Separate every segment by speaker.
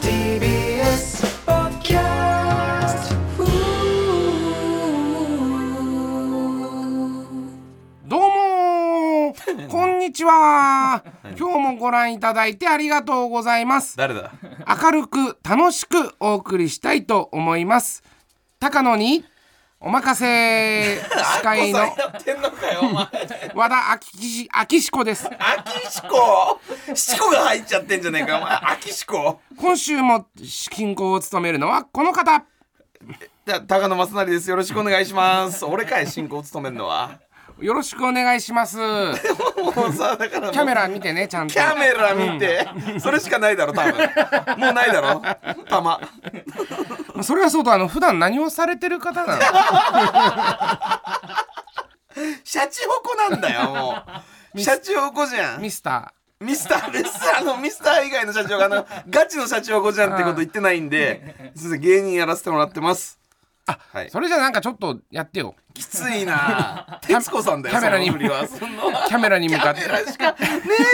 Speaker 1: TBS ポッキャスト
Speaker 2: どう もーこんにちは今日もご覧いただいてありがとうございます
Speaker 3: 誰だ
Speaker 2: 明るく楽しくお送りしたいと思います高野にお任せ 司会の
Speaker 3: あっこさんやってんのかよお前
Speaker 2: 和田あきしこです
Speaker 3: アキシコシコが入っちゃってんじゃねえかお前アキシコ
Speaker 2: 今週も進行を務めるのはこの方
Speaker 3: た高野正成ですよろしくお願いし ます俺かい進行を務めるのは
Speaker 2: よろしくお願いします
Speaker 3: もうさだからもう
Speaker 2: キャメラ見てねちゃんと
Speaker 3: キャメラ見て、それしかないだろ多分もうないだろたま
Speaker 2: それはそうとあの普段何をされてる方 なの
Speaker 3: シャチホコなんだよもうシャチホコじゃん
Speaker 2: ミスタ
Speaker 3: ミスターですあのミスター以外の社長があのガチの社長ごじゃんってこと言ってないん ですいません芸人やらせてもらってますあ、は
Speaker 2: ー
Speaker 3: い、
Speaker 2: それじゃなんかちょっとやってよ
Speaker 3: きついな徹子さんだよ
Speaker 2: キャメラに
Speaker 3: その振りはそんな
Speaker 2: キャメラに向かって
Speaker 3: キャメラしかね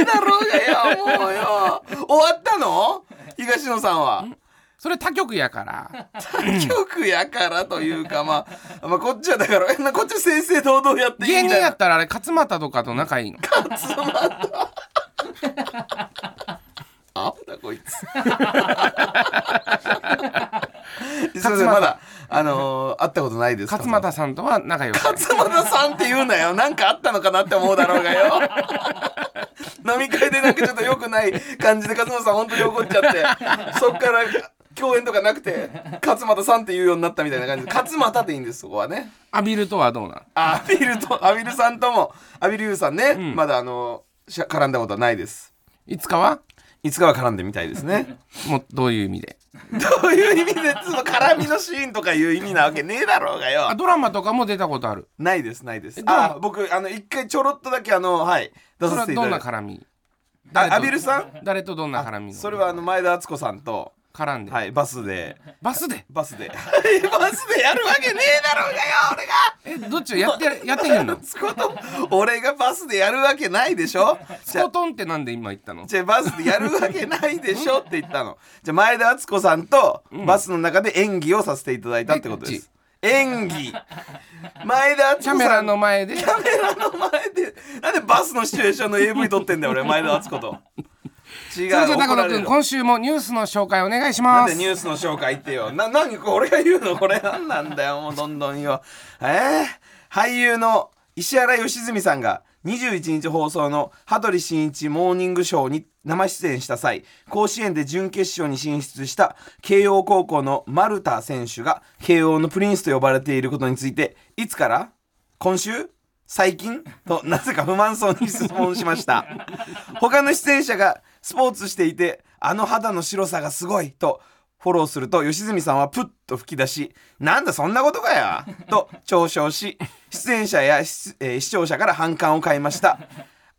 Speaker 3: えだろうがよもうよ終わったの東野さんは
Speaker 2: それ他局 やから
Speaker 3: 局やからというかまあ、まあ、こっちはだからえなこっちは正々堂々やっていい
Speaker 2: 芸
Speaker 3: み
Speaker 2: 人
Speaker 3: たい
Speaker 2: や
Speaker 3: な
Speaker 2: ったらあれ勝俣とかと仲いいの
Speaker 3: あだこい つすいませんまだあのー会ったことないです
Speaker 2: 勝俣さんとは仲良く
Speaker 3: 勝俣さんって言うなよなんかあったのかなって思うだろうがよ飲み会でなんかちょっと良くない感じで勝俣さん本当に怒っちゃってそっから共演とかなくて勝俣さんって言うようになったみたいな感じで勝俣でいいんですそこはね
Speaker 2: アビルとはどうなん
Speaker 3: あアビルとアビルさんともアビルユーさんね、まだあのしゃ絡んだことはないです
Speaker 2: いつかはい
Speaker 3: つかは絡んでみたいですね
Speaker 2: もうどういう意味で
Speaker 3: どういう意味でその絡みのシーンとかいう意味なわけねえだろうがよ
Speaker 2: あドラマとかも出たことある
Speaker 3: ないですないです
Speaker 2: どう
Speaker 3: あ僕あの一回ちょろっとだけあのはい出
Speaker 2: それ
Speaker 3: さ
Speaker 2: は
Speaker 3: せてい
Speaker 2: ど
Speaker 3: た
Speaker 2: ん
Speaker 3: だ
Speaker 2: ない
Speaker 3: て
Speaker 2: 絡み
Speaker 3: あアビルさん
Speaker 2: 誰とどんな絡みの
Speaker 3: それはあの前田敦子さんと、
Speaker 2: 絡んで、
Speaker 3: はい、バスで
Speaker 2: バスで
Speaker 3: バスで バスでやるわけねえだろうがよ俺が
Speaker 2: えどっちやって やってへんのス
Speaker 3: スコトン俺がバスでやるわけないでしょじゃ
Speaker 2: コ
Speaker 3: あ
Speaker 2: トンってなんで今言ったの
Speaker 3: じゃあバスでやるわけないでしょって言ったのじゃあ前田敦子さんとバスの中で演技をさせていただいたってことです演技前田敦子
Speaker 2: キ
Speaker 3: さ
Speaker 2: ャ
Speaker 3: ん
Speaker 2: メラの前で
Speaker 3: キャメラの前でなんでバスのシチュエーションの AV 撮ってんだよ俺前田敦子と違う
Speaker 2: それじゃあ高
Speaker 3: 怒ら
Speaker 2: 野
Speaker 3: れる
Speaker 2: 君今週もニュースの紹介お願いしま
Speaker 3: なんですニュースの紹介言ってよ。な、何これ俺が言うのこれ何なんだよ。もうどんどんよ。えー、俳優の石原良純さんが21日放送の羽鳥慎一モーニングショーに生出演した際、甲子園で準決勝に進出した慶応高校の丸田選手が慶応のプリンスと呼ばれていることについて、いつから今週最近となぜか不満そうに質問しました他の出演者がスポーツしていてあの肌の白さがすごいとフォローすると吉住さんはプッと吹き出し「なんだそんなことかよ!」と嘲笑し出演者やし、えー視聴者から反感を買いました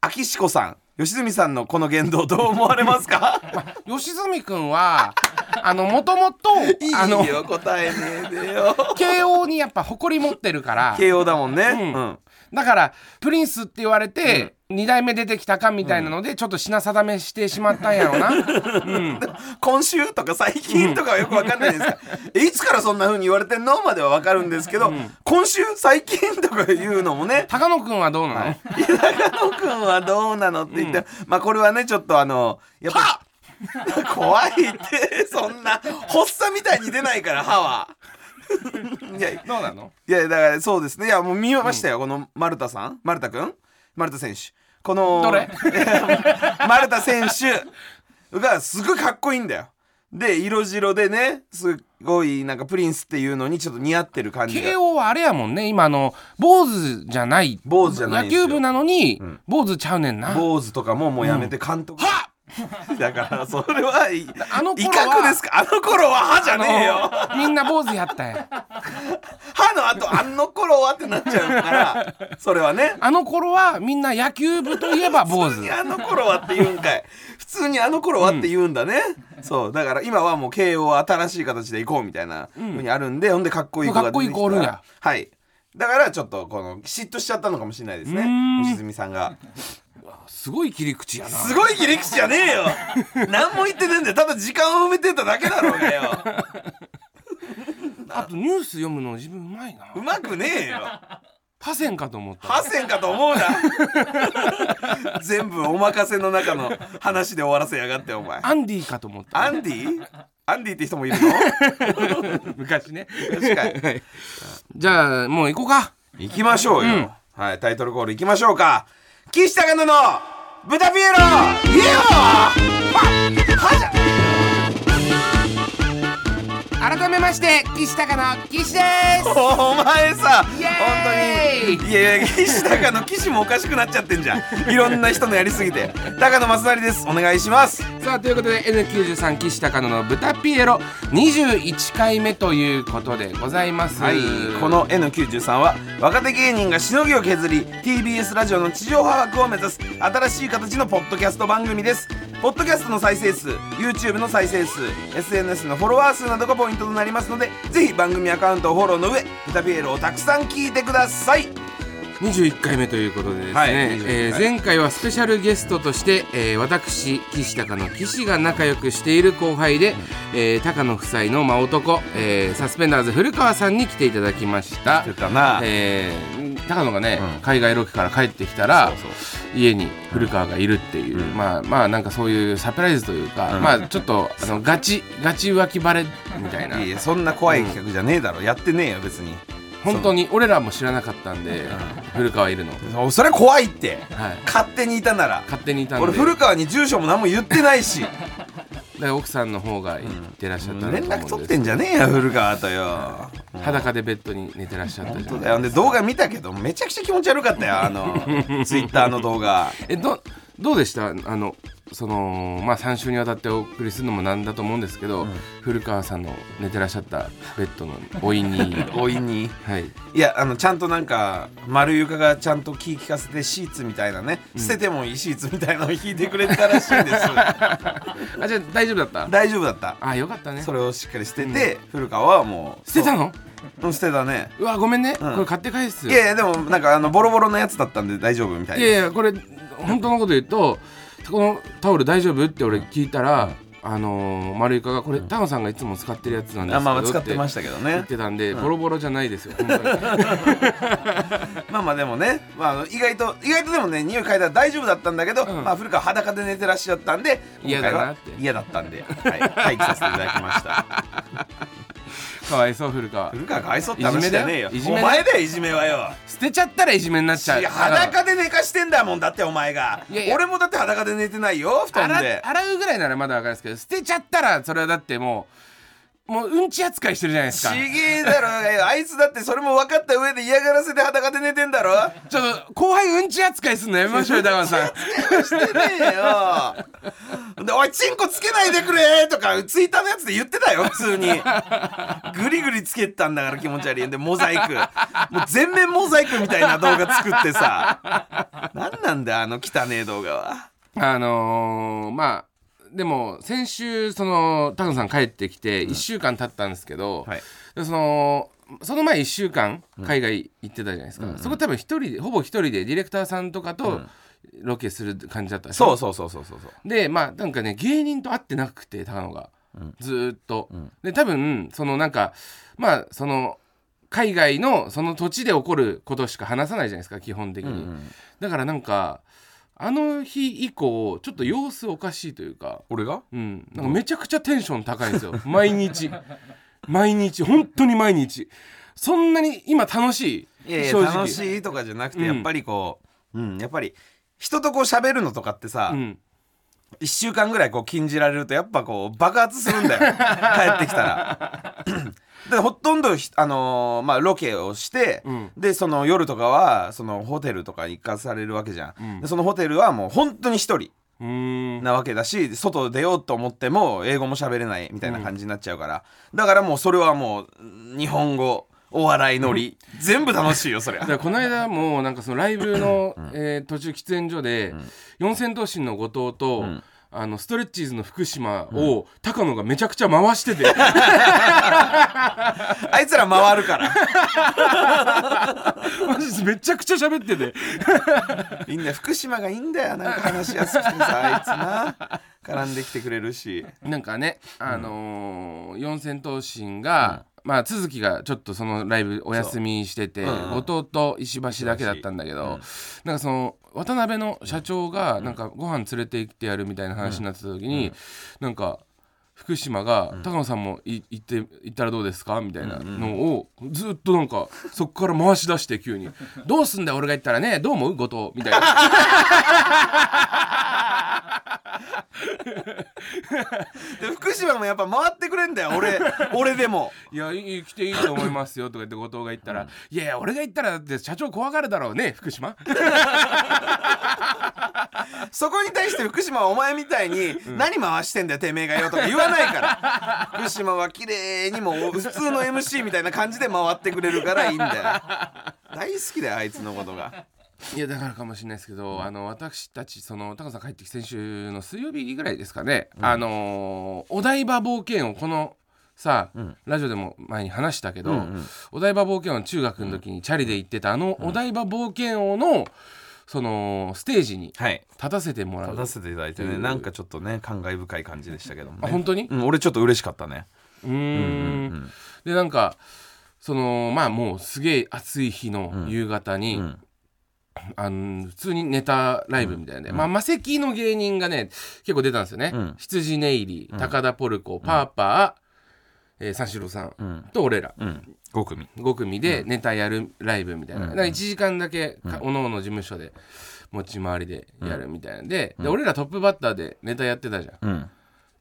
Speaker 3: 秋志子さん吉住さんのこの言動どう思われますか
Speaker 2: 吉住君はあのもともと
Speaker 3: い
Speaker 2: あの
Speaker 3: いよ答えねえでよ
Speaker 2: 慶応にやっぱ誇り持ってるから
Speaker 3: 慶応だもんね、
Speaker 2: ん
Speaker 3: うん
Speaker 2: だからプリンスって言われて、二代目出てきたかみたいなので、ちょっと品定めしてしまったんやろうな
Speaker 3: 今週とか最近とかはよくわかんないですか、えいつからそんな風に言われてんのまではわかるんですけど、今週最近とか言うのも ね
Speaker 2: 高野君はどうなの、
Speaker 3: 中野くんはどうなのって言って、まあこれはねちょっとあのやっぱ 怖いってそんな発作みたいに出ないから歯 はいやい
Speaker 2: どうなの
Speaker 3: やだからそうですねいやもう見ましたよ、この丸田さん丸田くん丸田選手この
Speaker 2: どれ
Speaker 3: 丸田選手がすごいかっこいいんだよで色白でねすごいなんかプリンスっていうのにちょっと似合ってる感じ
Speaker 2: 慶
Speaker 3: が
Speaker 2: 応はあれやもんね今あの坊主じゃない
Speaker 3: 坊主じゃないん
Speaker 2: 野
Speaker 3: ですよ
Speaker 2: 球部なのに、坊主ちゃうねんな
Speaker 3: 坊主とかももうやめて監督、だからそれはい
Speaker 2: あの
Speaker 3: 威
Speaker 2: 頃は
Speaker 3: 嚇ですかあの頃は歯じゃねえよ
Speaker 2: あのみんな坊主やったんや
Speaker 3: 歯の後あの頃はってなっちゃうからそれはね
Speaker 2: あの頃はみんな野球部といえば坊
Speaker 3: 普通
Speaker 2: 主
Speaker 3: にあの頃はって言うんか い普通にあの頃はって言うんだね、そうだから今はもう慶応は新しい形で行こうみたいなふうにあるんで、ほんでかっこいい子が出てきた
Speaker 2: かっこいい子おるんや
Speaker 3: はいだからちょっとこの嫉妬しちゃったのかもしれないですね
Speaker 2: うーん
Speaker 3: 良純さんが
Speaker 2: すすごい切り口やな
Speaker 3: すごい切り口じゃねえ よ何も言ってねえんだよただ時間を埋めてただけだろうがよ
Speaker 2: あとニュース読むの自分うまいな
Speaker 3: うまくねえよ
Speaker 2: パセンかと思った
Speaker 3: ハセンかと思う な全部お任せの中の話で終わらせやがってお前
Speaker 2: アンディかと思った
Speaker 3: アンディアンディって人もいるの
Speaker 2: 昔ね
Speaker 3: 確かに
Speaker 2: じゃあもう行こうか
Speaker 3: 行きましょうよ、はいタイトルコール行きましょうか岸高野の豚ピエロイエローはじゃ
Speaker 2: 改めまして岸高の岸で
Speaker 3: お前さ
Speaker 2: イエーイ
Speaker 3: 本当にいやいや岸高の岸もおかしくなっちゃってんじゃんいろんな人のやりすぎて高野正成ですお願いします
Speaker 2: すさあということで N93 岸高野の豚ピエロ21回目ということでございます
Speaker 3: はい、この N93 は若手芸人がしのぎを削り TBS ラジオの地上波枠を目指す新しい形のポッドキャスト番組ですポッドキャストの再生数 YouTube の再生数 SNS のフォロワー数などがポイントとなりますのでぜひ番組アカウントをフォローの上「ブタピエロ」をたくさん聞いてください
Speaker 2: 21回目ということでですね、
Speaker 3: はい21
Speaker 2: えー
Speaker 3: 回
Speaker 2: 前回はスペシャルゲストとして、えー私岸高の岸が仲良くしている後輩で、えー高野夫妻の真男、えーサスペンダーズ古川さんに来ていただきました
Speaker 3: て、たな
Speaker 2: えー高野がね、
Speaker 3: うん
Speaker 2: 海外ロケから帰ってきたら
Speaker 3: そうそ
Speaker 2: 家に古川がいるっていう、
Speaker 3: うん
Speaker 2: まあまあなんかそういうサプライズというか、
Speaker 3: うん
Speaker 2: まあちょっとあのガチガチ浮気バレみたいな
Speaker 3: ういやそんな怖い企画じゃねえだろ、やってねえよ別に
Speaker 2: 本当に俺らも知らなかったんで、
Speaker 3: ん
Speaker 2: 古川いるの、はい、
Speaker 3: そそれは怖いって勝手にいたなら
Speaker 2: 勝手にいたんで
Speaker 3: 俺古川に住所も何も言ってないし
Speaker 2: で奥さんの方が行ってらっしゃったんだ
Speaker 3: 連
Speaker 2: と
Speaker 3: 絡
Speaker 2: 思う
Speaker 3: 取
Speaker 2: ん
Speaker 3: っ
Speaker 2: で
Speaker 3: て
Speaker 2: す
Speaker 3: んじゃねえよ古川とよ
Speaker 2: 裸でベッドに寝てらっしゃったじゃ
Speaker 3: そうんだよで動画見たけどめちゃくちゃ気持ち悪かったよあ のツイッターの動画
Speaker 2: えどどうでしたあのそのまあ3週にわたってお送りするのもなんだと思うんですけど、古川さんの寝てらっしゃったベッドのお いに
Speaker 3: おいに
Speaker 2: はい
Speaker 3: いやあのちゃんとなんか丸床がちゃんと気利かせてシーツみたいなね捨ててもいいシーツみたいなのを引いてくれてたらしいんです
Speaker 2: あじゃあ大丈夫だった
Speaker 3: 大丈夫だった
Speaker 2: あよかったね
Speaker 3: それをしっかり捨てて古川はもう
Speaker 2: 捨てたの
Speaker 3: うん捨てたね
Speaker 2: うわごめんね、
Speaker 3: うん
Speaker 2: これ買って返す
Speaker 3: いやいやでもなんかあのボロボロのやつだったんで大丈夫みたい
Speaker 2: い
Speaker 3: な
Speaker 2: やいやこれ本当のこと言うとこのタオル大丈夫って俺聞いたら、あのー、丸床がこれタオさんがいつも使ってるやつなんですけど
Speaker 3: あまあまあ使ってま
Speaker 2: し
Speaker 3: したけど
Speaker 2: 言
Speaker 3: ね
Speaker 2: ってたんで、ボロボロじゃないですよ本 当に
Speaker 3: まあまあでもね、まああの、意外と意外とでもね匂い嗅いだら大丈夫だったんだけど、
Speaker 2: ん
Speaker 3: まあ古川裸で寝てらっしゃったんで
Speaker 2: 嫌だなって
Speaker 3: 今回は嫌だったんで、はい、廃棄させていただきました
Speaker 2: かわいそう古川
Speaker 3: 古川が愛想って話じゃねえよ
Speaker 2: いじめ
Speaker 3: お
Speaker 2: だ
Speaker 3: 前
Speaker 2: よいじめだ
Speaker 3: だよいじめはよ
Speaker 2: 捨てちゃったらいじめになっちゃう
Speaker 3: いや裸で寝かしてんだもんだってお前が
Speaker 2: いやいや
Speaker 3: 俺もだって裸で寝てないよ布団
Speaker 2: 洗
Speaker 3: で
Speaker 2: 洗うぐらいならまだわかるんですけど捨てちゃったらそれはだってもうもううんち扱いしてるじゃないです
Speaker 3: ち
Speaker 2: か
Speaker 3: げえだろうがあいつだってそれも分かった上で嫌がらせで裸で寝てんだろ
Speaker 2: ちょっと後輩うんち扱いするのやめまし ょうよ高野さん
Speaker 3: してねえよで「おいチンコつけないでくれ!」とかツイッターのやつで言ってたよ普通にグリグリつけてたんだから気持ち悪いんでモザイクもう全面モザイクみたいな動画作ってさ何なんだよあの汚ねえ動画は
Speaker 2: あのー、まあでも先週その高野さん帰ってきて1週間経ったんですけど、
Speaker 3: はい
Speaker 2: でそのその前1週間海外行ってたじゃないですか、そこ多分一人でほぼ一人でディレクターさんとかとロケする感じだったでしょ
Speaker 3: そうそうそうそうそうそう
Speaker 2: でまあなんかね芸人と会ってなくて高野が、ずーっと、で多分そのなんかまあその海外のその土地で起こることしか話さないじゃないですか基本的に、だからなんかあの日以降ちょっと様子おかしいというか
Speaker 3: 俺が
Speaker 2: うんなんかめちゃくちゃテンション高いんですよ毎日毎日本当に毎日そんなに今楽し
Speaker 3: い
Speaker 2: い
Speaker 3: やいや
Speaker 2: 正直
Speaker 3: 楽しいとかじゃなくて
Speaker 2: うん
Speaker 3: やっぱりこう、うんやっぱり人とこう喋るのとかってさ、
Speaker 2: うん
Speaker 3: 1週間ぐらいこう禁じられるとやっぱこう爆発するんだよ 帰ってきたら。でほとんどひ、あのーまあ、ロケをして、
Speaker 2: うん
Speaker 3: でその夜とかはそのホテルとかに行かされるわけじゃん、
Speaker 2: うん
Speaker 3: でそのホテルはもう本当に一人
Speaker 2: うーん
Speaker 3: なわけだし外出ようと思っても英語も喋れないみたいな感じになっちゃうから、だからもうそれはもう日本語お笑いノリ全部楽しいよそりゃ
Speaker 2: だからこの間もなんかそのライブの、えー途中喫煙所で、四千頭身の後藤と、あのストレッチーズの福島を、高野がめちゃくちゃ回 してて
Speaker 3: あいつら回るから。
Speaker 2: マジでめちゃくちゃ喋ってて
Speaker 3: いいんだよ福島がいいんだよなんか話しやすくて さあいつな絡んできてくれるし
Speaker 2: なんかね、あのー四千頭身が、まあ続きがちょっとそのライブお休みしてて、
Speaker 3: うん
Speaker 2: 弟石橋だけだったんだけど、なんかその渡辺の社長がなんかご飯連れて行ってやるみたいな話になってた時に、なんか福島が「高野さんもい行って行ったらどうですか?」みたいなのをずっとなんかそこから回し出して急に「どうすんだよ俺が行ったらねどう思う後藤」みたいな。
Speaker 3: で福島もやっぱ回ってくれんだよ俺俺でも
Speaker 2: いや、いい来ていいと思いますよとか言って後藤が言ったら、いやいや、俺が言ったらだって社長怖がるだろうね、福島。
Speaker 3: そこに対して福島はお前みたいに「何回してんだよてめえがよ」とか言わないから福島は綺麗にもう普通の MC みたいな感じで回ってくれるからいいんだよ大好きだよあいつのことが
Speaker 2: いや、だからかもしれないですけど、あの、私たち、その、高さん帰ってきて先週の水曜日ぐらいですかね、あのーお台場冒険をこの、さあ、ラジオでも前に話したけど、お台場冒険王中学の時にチャリで行ってたあのお台場冒険王の、そのステージに
Speaker 3: はい
Speaker 2: 立たせてもらう、
Speaker 3: 出せていただいてねなんかちょっとね感慨深い感じでしたけども、ね、
Speaker 2: あ本当に
Speaker 3: うん、俺ちょっと嬉しかったね
Speaker 2: うーんでなんかそのまあもうすげえ暑い日の夕方に、
Speaker 3: ん
Speaker 2: あの普通にネタライブみたいなね、まあ、魔石の芸人がね結構出たんですよね、
Speaker 3: ん
Speaker 2: 羊ネイリー高田ポルコパーパー、えー三四郎さん、と俺ら
Speaker 3: うん5組
Speaker 2: 5組でネタやるライブみたいな、だから1時間だけか、おのおの事務所で持ち回りでやるみたいなんで,、で俺らトップバッターでネタやってたじゃん、
Speaker 3: うん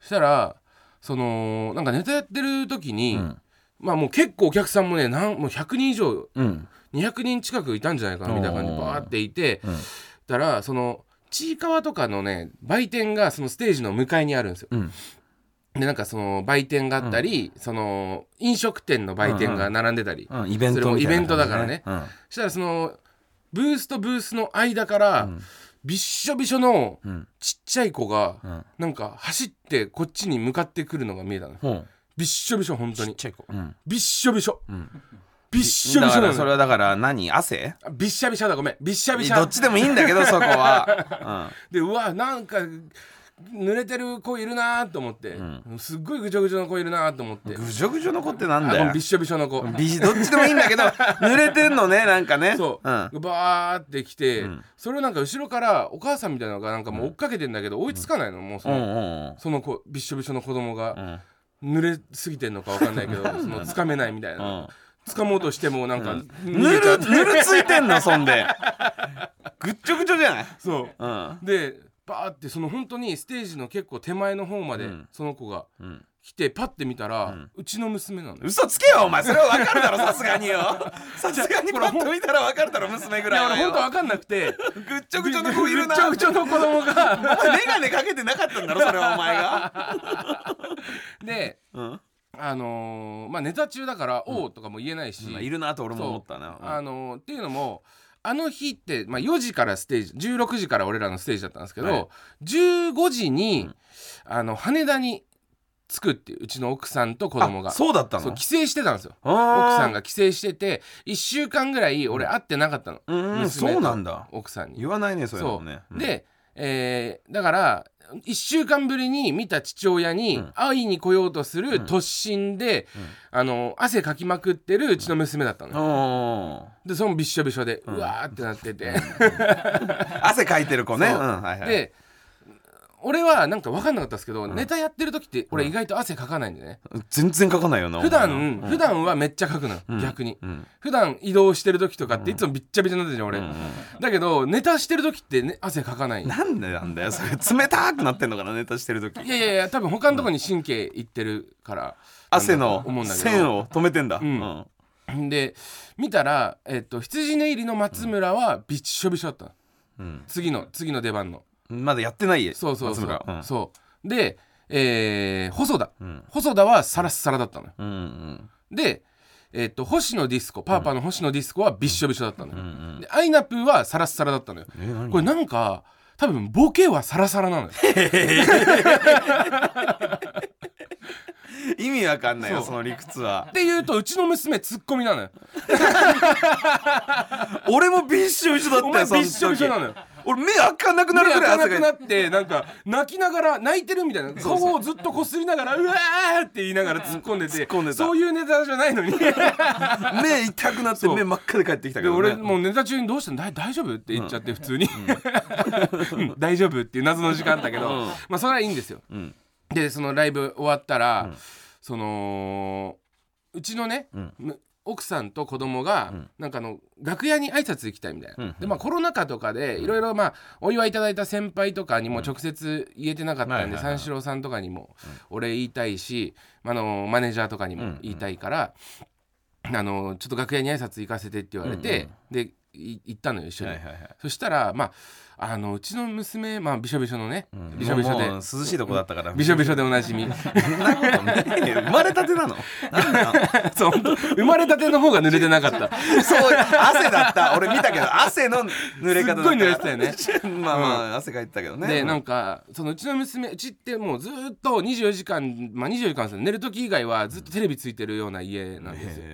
Speaker 2: したらそのなんかネタやってる時に、
Speaker 3: ん
Speaker 2: まあもう結構お客さんもねなんもう100人以上
Speaker 3: うん
Speaker 2: 200人近くいたんじゃないかなみたいな感じで
Speaker 3: おー
Speaker 2: バーっていて、
Speaker 3: ん
Speaker 2: たらそのちいかわとかのね売店がそのステージの向かいにあるんですよ。
Speaker 3: うん
Speaker 2: でなんかその売店があったり、その飲食店の売店が並んでたり、
Speaker 3: うんイベン
Speaker 2: それ
Speaker 3: ト
Speaker 2: も
Speaker 3: み
Speaker 2: イ
Speaker 3: たいな感じね
Speaker 2: ベントだからね。
Speaker 3: うん
Speaker 2: したらそのブースとブースの間から、びっしょびしょの
Speaker 3: ん
Speaker 2: ちっちゃい子が、
Speaker 3: ん
Speaker 2: なんか走ってこっちに向かってくるのが見えたの。
Speaker 3: ほう
Speaker 2: びっしょびしょ本当に。
Speaker 3: ちゃい子うん
Speaker 2: びっしょびしょ。びっしょび
Speaker 3: だ
Speaker 2: し
Speaker 3: か
Speaker 2: ょな
Speaker 3: らそれ
Speaker 2: の。
Speaker 3: はだから何汗
Speaker 2: あびっしゃびしゃだごめん。びっしゃびしゃ。
Speaker 3: どっちでもいいんだけどそこ は、
Speaker 2: でうわなんか濡れてる子いるなーと思って、すっごいぐちょぐちょの子いるなーと思って
Speaker 3: うん、ぐじょぐじょの子ってなん
Speaker 2: あ
Speaker 3: だ
Speaker 2: この
Speaker 3: よ
Speaker 2: びっしょびしょの子
Speaker 3: ビシどっちでもいいんだ けど濡れてんのねなんかね
Speaker 2: そう、
Speaker 3: ん、
Speaker 2: バーって来て、それをなんか後ろからお母さんみたいなのがなんかもう追っかけてんだけど追いつかないのもうそ
Speaker 3: うんう
Speaker 2: の、
Speaker 3: んうん
Speaker 2: その子びっしょびしょの子供
Speaker 3: う
Speaker 2: が
Speaker 3: ん
Speaker 2: 濡れすぎてんのかわかんないけ どその掴めないみたいな、掴もうとしてもなんか
Speaker 3: ぬ
Speaker 2: 逃げちゃ
Speaker 3: る
Speaker 2: って、
Speaker 3: ぬるついてんのそんでぐっちょぐちょじゃない
Speaker 2: そう
Speaker 3: うん
Speaker 2: でバーってその本当にステージの結構手前の方まで
Speaker 3: ん
Speaker 2: その子が
Speaker 3: ん
Speaker 2: 来てパッて見たら、うちの娘なのよ
Speaker 3: 嘘つけよお前それは分かるだろさすがによさすがにパッと見たら分かるだろ娘ぐ
Speaker 2: い
Speaker 3: らい
Speaker 2: や
Speaker 3: は
Speaker 2: 俺本
Speaker 3: よ
Speaker 2: 当わかんなくて
Speaker 3: ぐっちょぐちょの子いるな
Speaker 2: ぐっちょぐちょの子供 が
Speaker 3: お前眼鏡かけてなかったんだろそれはお前 が
Speaker 2: で
Speaker 3: うん
Speaker 2: あのーまあネタ中だから「おう」とかも言えないし、
Speaker 3: いるなと俺
Speaker 2: そう
Speaker 3: も思ったな
Speaker 2: あのーっていうのもあの日って、まあ、4時からステージ16時から俺らのステージだったんですけど、
Speaker 3: はい
Speaker 2: 15時に、あの羽田に着くっていううちの奥さんと子供が
Speaker 3: あそうだった
Speaker 2: そう
Speaker 3: の
Speaker 2: 帰省してたんですよ奥
Speaker 3: 奥
Speaker 2: さんが帰省してて1週間ぐらい俺会ってなかったの、
Speaker 3: うんうん
Speaker 2: 娘と
Speaker 3: そうなんだ
Speaker 2: 奥さんに
Speaker 3: 言わないねそれ
Speaker 2: そ
Speaker 3: も
Speaker 2: う、
Speaker 3: ね
Speaker 2: で、えーだから1週間ぶりに見た父親に
Speaker 3: ん
Speaker 2: 会いに来ようとする突進で、あの汗かきまくってるうちの娘だったの
Speaker 3: う
Speaker 2: よ、
Speaker 3: ん
Speaker 2: でそのびっしょびしょで、うわーってなってて、
Speaker 3: 汗かいてる子ね
Speaker 2: そう
Speaker 3: うんはいはい
Speaker 2: で俺はなんか分かんなかったですけど、ネタやってる時って俺意外と汗かかないんでね、
Speaker 3: 全然かかないよな
Speaker 2: 普
Speaker 3: お前
Speaker 2: 段、
Speaker 3: な
Speaker 2: 普段はめっちゃかくのよ、逆に、
Speaker 3: うん
Speaker 2: 普段移動してる時とかっていつもびっちゃびちゃになってるじゃん俺、
Speaker 3: うん
Speaker 2: だけどネタしてる時って、ね、汗かかない
Speaker 3: なんでなんだよそれ冷たくなってんのかなネタしてる時
Speaker 2: いやいやいや多分他のとこに神経いってるから
Speaker 3: 汗
Speaker 2: なんだ
Speaker 3: の
Speaker 2: と思うんだけど
Speaker 3: 線を止めてんだ
Speaker 2: ん
Speaker 3: うん
Speaker 2: で見たら、えっと、羊ネイリの松村はびっしょびしょだったの、
Speaker 3: うん
Speaker 2: 次の次の出番の
Speaker 3: まだやってない
Speaker 2: そうそうそう
Speaker 3: 松村ん
Speaker 2: そうで、えー細田、
Speaker 3: ん
Speaker 2: 細田はサラッサラだったのよ
Speaker 3: うんうん
Speaker 2: で、えっと星野ディスコパーパーの星野ディスコはびっしょびしょだったのよ、
Speaker 3: うん
Speaker 2: でアイナプーはサラッサラだったのよ、
Speaker 3: え何
Speaker 2: これなんか多分ボケはサラサラなのよ
Speaker 3: 意味わかんないよ
Speaker 2: そう
Speaker 3: その理屈は
Speaker 2: っていうとうちの娘ツッコミなのよ
Speaker 3: 俺もびっしょびしょだ
Speaker 2: お
Speaker 3: った
Speaker 2: 前
Speaker 3: よその
Speaker 2: びっ
Speaker 3: 時
Speaker 2: しょびしょなのよ
Speaker 3: 俺目開かなくなる
Speaker 2: 目
Speaker 3: ぐ
Speaker 2: 開
Speaker 3: らい
Speaker 2: かな
Speaker 3: 汗が
Speaker 2: くなってなんか泣きながら泣いてるみたいな
Speaker 3: そう
Speaker 2: 顔をずっとこすりながらうわーって言いながら突っ込んでて
Speaker 3: 突っ込んでた
Speaker 2: そういうネタじゃな いのに
Speaker 3: 目痛くなって
Speaker 2: そう
Speaker 3: 目真っ赤で帰ってきたけ
Speaker 2: で
Speaker 3: どね
Speaker 2: 俺もうネタ中に「どうしたのだ大丈夫?」って言っちゃって普通に「 うん大丈夫?」っていう謎の時間あったけど
Speaker 3: うん
Speaker 2: まあそれはいいんですよ。
Speaker 3: うん
Speaker 2: でそのライブ終わったらそのうちのね
Speaker 3: うん
Speaker 2: む奥さんと子供が
Speaker 3: うん
Speaker 2: なんかあの楽屋に挨拶行きたいみたい
Speaker 3: うんうん
Speaker 2: なでまあコロナ禍とかでいろいろまあお祝いいただいた先輩とかにも直接言えてなかった
Speaker 3: うん
Speaker 2: ん
Speaker 3: はい
Speaker 2: で
Speaker 3: はいはい
Speaker 2: 三四郎さんとかにもお礼言いたいしあのマネージャーとかにも言いたいからあのちょっと楽屋に挨拶行かせてって言われてでい行ったのよ一緒に
Speaker 3: はいはいはい
Speaker 2: そしたらまああのうちの娘まあびしょびしょのね
Speaker 3: うん
Speaker 2: びしょびしょで
Speaker 3: もう涼しいとこだったから
Speaker 2: びしょびしょでおなじみ
Speaker 3: そんなことねえよ生まれたてなのなんだよ
Speaker 2: そう本当生まれたての方が濡れてなかった
Speaker 3: そう汗だった俺見たけど汗の濡れ方だった
Speaker 2: すっごい濡れてたよね
Speaker 3: まあまあ汗かいてたけ どね
Speaker 2: でなん
Speaker 3: か
Speaker 2: んかそのうちの娘うちってもうずーっと24時間まあ24時間ですよ寝る時以外はずっとテレビついてるような家なんですよ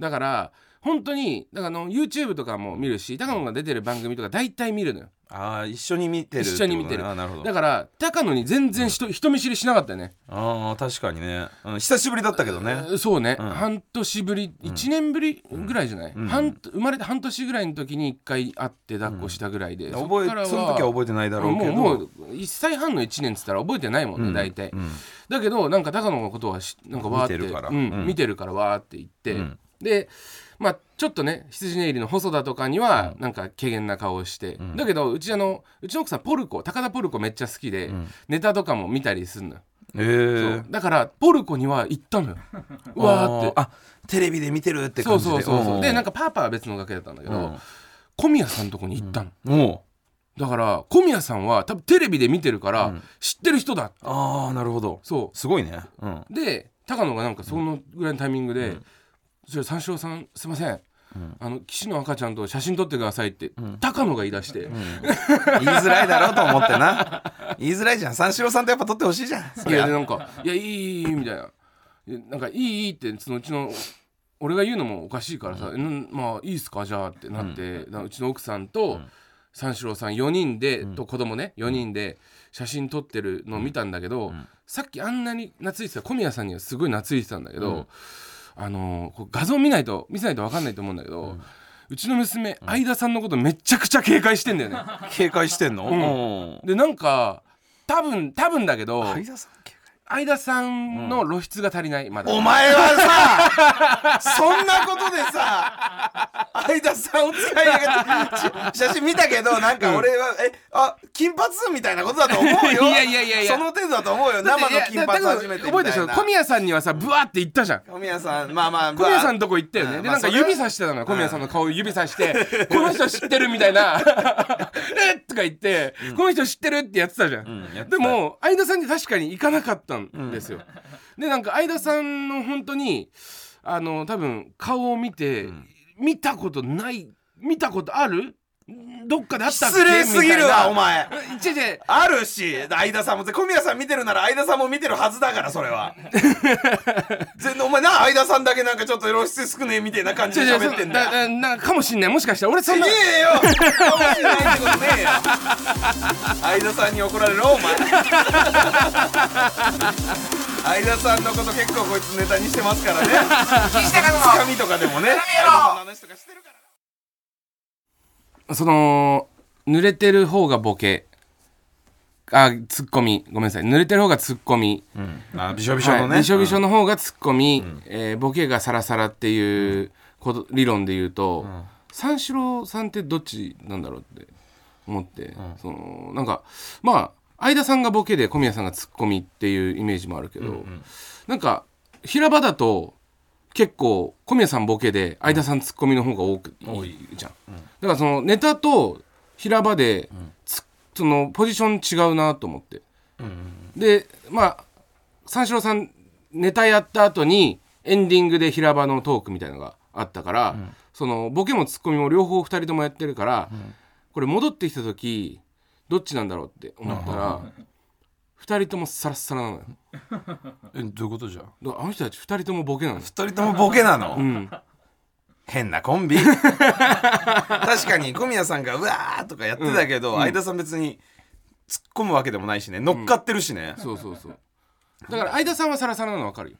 Speaker 2: だから本当にだからあの YouTube とかも見るし高野が出てる番組とか大体見るのよ
Speaker 3: ああ一緒に見てるってこと
Speaker 2: 一緒に見てる
Speaker 3: あーなるほど
Speaker 2: だから高野に全然人人見知りしなかったよね
Speaker 3: ああ確かにね、うん、久しぶりだったけどね
Speaker 2: そうね、
Speaker 3: うん
Speaker 2: 半年ぶり1年ぶりぐらいじゃない、
Speaker 3: ん
Speaker 2: 半生まれて半年ぐらいの時に1回会って抱っこしたぐらいで、っ
Speaker 3: 覚え
Speaker 2: から
Speaker 3: その時は覚えてないだろうけ
Speaker 2: も
Speaker 3: ど
Speaker 2: うもう1歳半の1年っつったら覚えてないもんね、
Speaker 3: うん
Speaker 2: 大体
Speaker 3: うん
Speaker 2: だけどなんか高野のことはしなんかわーって
Speaker 3: 見てるから
Speaker 2: う
Speaker 3: うん
Speaker 2: ん、見てるからわーって言って、
Speaker 3: うん
Speaker 2: でまあちょっとね羊ネイリの細田とかにはなんか軽減な顔をして、
Speaker 3: ん
Speaker 2: だけどうちあのうちの奥さんポルコ高田ポルコめっちゃ好きで、
Speaker 3: ん
Speaker 2: ネタとかも見たりするのよ、
Speaker 3: え
Speaker 2: そう
Speaker 3: ー、
Speaker 2: だからポルコには行ったのようわーって
Speaker 3: あテレビで見てるって感
Speaker 2: そう
Speaker 3: じで
Speaker 2: そうそうそうでなん
Speaker 3: か
Speaker 2: かパーパーは別の楽屋だったんだけど、
Speaker 3: うん
Speaker 2: 小宮さんのとこに行ったの、
Speaker 3: も
Speaker 2: だから小宮さんは多分テレビで見てるから、知ってる人だ
Speaker 3: うああなるほど
Speaker 2: そ
Speaker 3: すごいね、うん、
Speaker 2: うで高野がなんかそのぐらいのタイミングで「それ三四郎さんすいません、あの岸の赤ちゃんと写真撮ってください」って、高野が言い出して、
Speaker 3: 言いづらいだろうと思ってな言いづらいじゃん三四郎さんとやっぱ撮ってほしいじゃんそ
Speaker 2: い
Speaker 3: りゃ
Speaker 2: やでなんか「いやいいいいいい」みたいな「いやなんかいいいい」ってそのうちの俺が言うのもおかしいからさ「うんまあいいっすかじゃあ」ってなって、ううちの奥さんと、三四郎さん4人で、と子供ね4人で写真撮ってるのを見たんだけど、さっきあんなに懐いてた小宮さんにはすごい懐いてたんだけど、あのーこう画像見ないと見せないと分かんないと思うんだけど。うちの娘、相田さんのことめちゃくちゃ警戒してんだよね。
Speaker 3: 警戒してんのうん
Speaker 2: で、なんか、多分、多分だけど、
Speaker 3: 相田さん警戒
Speaker 2: 相田さんの露出が足りない、まだ
Speaker 3: お前はさそんなことでさ相田さんを使いやがってち写真見たけどなんか俺は、えあ金髪みたいなことだと思うよ
Speaker 2: いやいやいやいや
Speaker 3: その程度だと思うよ生の金髪初めてみたいな
Speaker 2: 覚えてるでしょ小宮さんにはさブワーって言ったじゃん
Speaker 3: 小宮さんまあまあ
Speaker 2: 小宮さんの
Speaker 3: と
Speaker 2: とこ行ったよね、
Speaker 3: うん
Speaker 2: で
Speaker 3: まあ
Speaker 2: なんか
Speaker 3: それは
Speaker 2: 指さしてたのよ小宮さんの顔を指さして 「この人知ってる」みたいな 「えっ!」とか言って「この人知ってる」ってやってたじゃん、でも相田さんに確かに行かなかったんですよ、でなんか相田さんの本当にあの多分顔を見て、見たことない見たことあるどっかであったっけ
Speaker 3: 失礼すぎるわお
Speaker 2: みたい
Speaker 3: 前
Speaker 2: な違う違う
Speaker 3: あるし相田さんも小宮さん見てるなら相田さんも見てるはずだからそれ は全然お前な相田さんだけなんかちょっと露出少ねえみたいな感じで
Speaker 2: 違う
Speaker 3: 喋ってんだよ
Speaker 2: だなんかかもしんないもしかしたら俺そんな
Speaker 3: ねえよかもしれないってことねえよ相田さんに怒られろお前相田さんのこと結構こいつネタにしてますからねつかみとかでもね
Speaker 2: その濡れてる方がボケあツッコミごめんなさい濡れてる方がツッコミ
Speaker 3: あびしょび
Speaker 2: はいびしょびしょの方がツッコミ、えーボケがサラサラっていうこと理論で言うと、三四郎さんってどっちなんだろうって思って、そのなんかまあ相田さんがボケで小宮さんがツッコミっていうイメージもあるけど、なんか平場だと結構小宮さんボケで相田さんツッコミの方が多く、
Speaker 3: 多
Speaker 2: い
Speaker 3: い
Speaker 2: じゃん、だからそのネタと平場で、つそのポジション違うなと思って、でまあ三四郎さんネタやった後にエンディングで平場のトークみたいなのがあったから、そのボケもツッコミも両方2人ともやってるから、これ戻ってきた時どっちなんだろうって思ったら2人ともサラッサラなのよ
Speaker 3: えどういうことじゃ
Speaker 2: だからあの人たち2人ともボケなのよ
Speaker 3: 二人ともボケなの、
Speaker 2: うん
Speaker 3: 変なコン ビ確かに小宮さんが「うわー」とかやってたけど、相田さん別に突っ込むわけでもないしね乗っかってるしね、
Speaker 2: そうそうそうだから相田さんはサラサラなの分かるよ、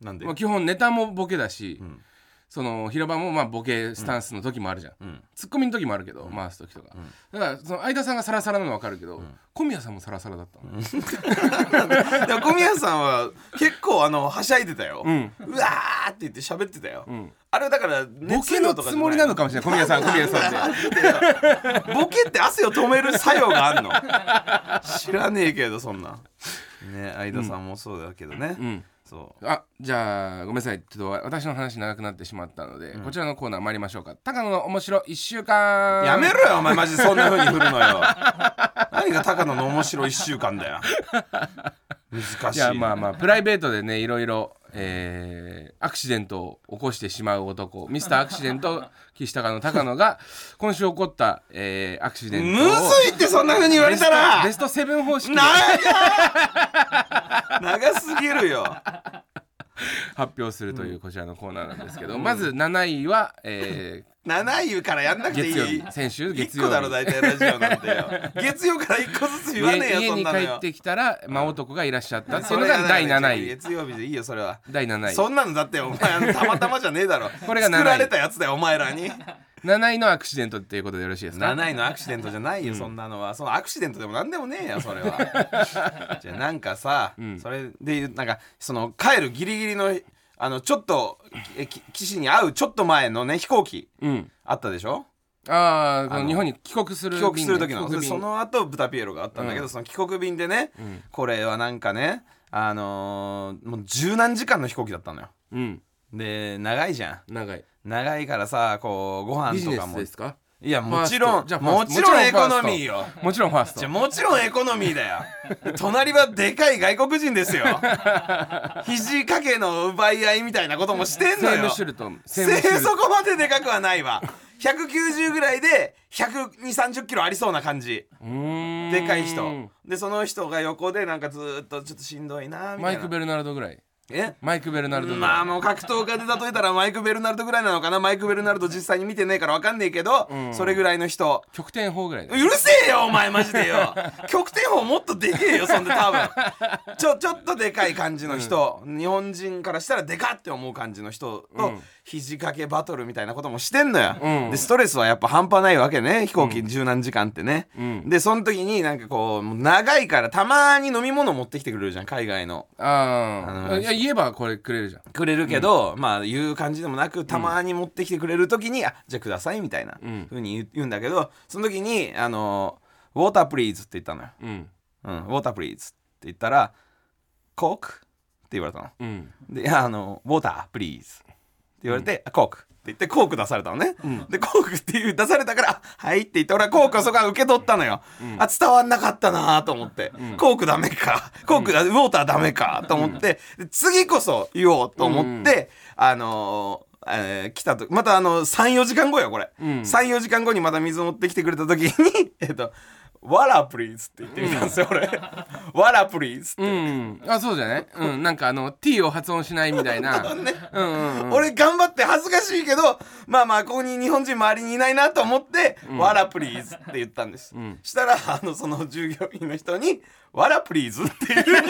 Speaker 3: なんで、
Speaker 2: まあ、基本ネタもボケだし、
Speaker 3: ん
Speaker 2: その平場もまあボケスタンスの時もあるじゃん、
Speaker 3: うん
Speaker 2: ツッコミの時もあるけど、回す時とか、だからその相田さんがサラサラなの分かるけど、小宮さんもサラサラだったの、
Speaker 3: でも小宮さんは結構あのはしゃいでたよ、うわーって言って喋ってたよ、
Speaker 2: ん
Speaker 3: あれはだからボ
Speaker 2: ボケのつもりなのかもしれな い小宮さん小宮さんって
Speaker 3: ボケって汗を止める作用があんの知らねえけどそんなね相田さんもそうだけどね、
Speaker 2: ん
Speaker 3: そう
Speaker 2: あじゃあごめんなさいちょっと私の話長くなってしまったので、こちらのコーナー参りましょうか高野の面白1週間
Speaker 3: やめろよお前マジでそんな風に振るのよ何が高野の面白い1週間だよ難し
Speaker 2: い
Speaker 3: い
Speaker 2: やまあまあプライベートでねいろいろ、えーアクシデントを起こしてしまう男ミスターアクシデント岸高の高 野が今週起こった、えーアクシデン
Speaker 3: む
Speaker 2: ト
Speaker 3: ず
Speaker 2: を
Speaker 3: いってそんな風に言われたら
Speaker 2: ベストベスト7方式で
Speaker 3: 長すぎるよ
Speaker 2: 発表するというこちらのコーナーなんですけど、まず7位は、え
Speaker 3: 7位からやんなく
Speaker 2: ー
Speaker 3: てい
Speaker 2: 月曜
Speaker 3: い
Speaker 2: 日先週月
Speaker 3: 1
Speaker 2: 曜
Speaker 3: 個
Speaker 2: 日
Speaker 3: だろ大体ラジオなんてよ月曜から1個ずつ言わねえよ
Speaker 2: 家
Speaker 3: そん
Speaker 2: に
Speaker 3: な
Speaker 2: 帰
Speaker 3: の
Speaker 2: っ
Speaker 3: よ
Speaker 2: てきたら真男がいらっしゃったってい
Speaker 3: そう
Speaker 2: の
Speaker 3: れ
Speaker 2: が第7位
Speaker 3: 月曜日でいいよそれは
Speaker 2: 第7位
Speaker 3: そんなのだってお前あのたまたまじゃねえだろ
Speaker 2: これが7位
Speaker 3: 作られたやつだよお前らに
Speaker 2: 7位のアクシデントっていうことでよろしいですか
Speaker 3: 7位のアクシデントじゃないよ、そんなのはそのアクシデントでも何でもねえ よそれはじゃあなんかさ、それでいうなんかその帰るギリギリのあのちょっとえき岸に合うちょっと前のね飛行機
Speaker 2: うん
Speaker 3: あったでしょ
Speaker 2: ああこ
Speaker 3: あ
Speaker 2: の
Speaker 3: の
Speaker 2: 日本に帰国する
Speaker 3: 帰国する時の
Speaker 2: 便ね
Speaker 3: で
Speaker 2: 帰
Speaker 3: そ
Speaker 2: 国便
Speaker 3: の後ブタピエロがあったんだけど、その帰国便でね、これはなんかねあのーもう十何時間の飛行機だったのよ
Speaker 2: うん
Speaker 3: で長いじゃん
Speaker 2: 長い
Speaker 3: 長いからさこうご
Speaker 2: ビ
Speaker 3: 飯
Speaker 2: ジ
Speaker 3: と
Speaker 2: ネ
Speaker 3: か
Speaker 2: ス
Speaker 3: も
Speaker 2: ですか
Speaker 3: いや
Speaker 2: ファ
Speaker 3: も
Speaker 2: ースト
Speaker 3: ちろん
Speaker 2: じゃあファ
Speaker 3: も
Speaker 2: ース
Speaker 3: ち
Speaker 2: ト
Speaker 3: ろんエコ
Speaker 2: ファ
Speaker 3: ノ
Speaker 2: ースト
Speaker 3: ミーよ
Speaker 2: もちろんファース
Speaker 3: じゃあ
Speaker 2: ト
Speaker 3: もちろんエコノミーだ よ隣はでかい外国人ですよ肘掛けの奪い合いみたいなこともしてん
Speaker 2: セ
Speaker 3: の
Speaker 2: ーム
Speaker 3: よ
Speaker 2: シュルトンセームシュ
Speaker 3: せ
Speaker 2: ルト
Speaker 3: そこまででかくはないわ190ぐらいで1 2 3 0キロありそうな感じ
Speaker 2: ン
Speaker 3: でかいう人
Speaker 2: ん
Speaker 3: でその人が横でなんかずーっとちょっとしんどいなみた
Speaker 2: マ
Speaker 3: い
Speaker 2: イ
Speaker 3: な
Speaker 2: ク・ベルナルドぐらい
Speaker 3: え
Speaker 2: マイク・ベルナルドぐらい
Speaker 3: まあもう格闘家で例えたらマイク・ベルナルドぐらいなのかなマイク・ベルナルド実際に見てねえから分かんねえけど、
Speaker 2: ん
Speaker 3: それぐらいの人
Speaker 2: 極点法ぐらいうだ
Speaker 3: るせえよお前マジでよ極点法もっとでけえよそんで多分ちょちょっとでかい感じの人、日本人からしたらでかって思う感じの人と肘掛けバトルみたいなこともしてんのよ、
Speaker 2: うん
Speaker 3: でストレスはやっぱ半端ないわけね飛行機十何時間ってね、
Speaker 2: うん
Speaker 3: でその時になんかこうもう長いからたまに飲み物持ってきてくれるじゃん海外の
Speaker 2: あ
Speaker 3: あの
Speaker 2: あいや言えばこれくれるじゃん
Speaker 3: くれるけど、まあ言う感じでもなくたまに持ってきてくれる時に「あじゃあください」みたいな
Speaker 2: うん
Speaker 3: ふうに言う言うんだけどその時に「あのウォータープリーズ」って言ったのよ
Speaker 2: うん
Speaker 3: 「うん、ウォータープリーズ」って言ったら「コーク?」って言われたの
Speaker 2: うん
Speaker 3: でいやあの「ウォータープリーズ」って言われて「あコーク」って言ってコーク出されたのね、でコークっていう出されたからあ「はい」って言って俺はコークをそこから受け取ったのよ、あ伝わんなかったなと思って、コークダメかコークだ、ウォーターダメかと思って、で次こそ言おうと思って、あのーえー来たとまたあの34時間後よこれ、
Speaker 2: ん
Speaker 3: 34時間後にまた水持ってきてくれた時に 「えっとわらプリーズ」って言ってみたんですよ、俺「わらプリーズ」って
Speaker 2: うんあそうじゃない うんなんかあの T を発音しないみたい な
Speaker 3: ね
Speaker 2: うんうんうん
Speaker 3: 俺頑張って恥ずかしいけどまあまあここに日本人周りにいないなと思って「わらプリーズ」って言ったんです、したらあのその従業員の人に「わらプリーズ」っていう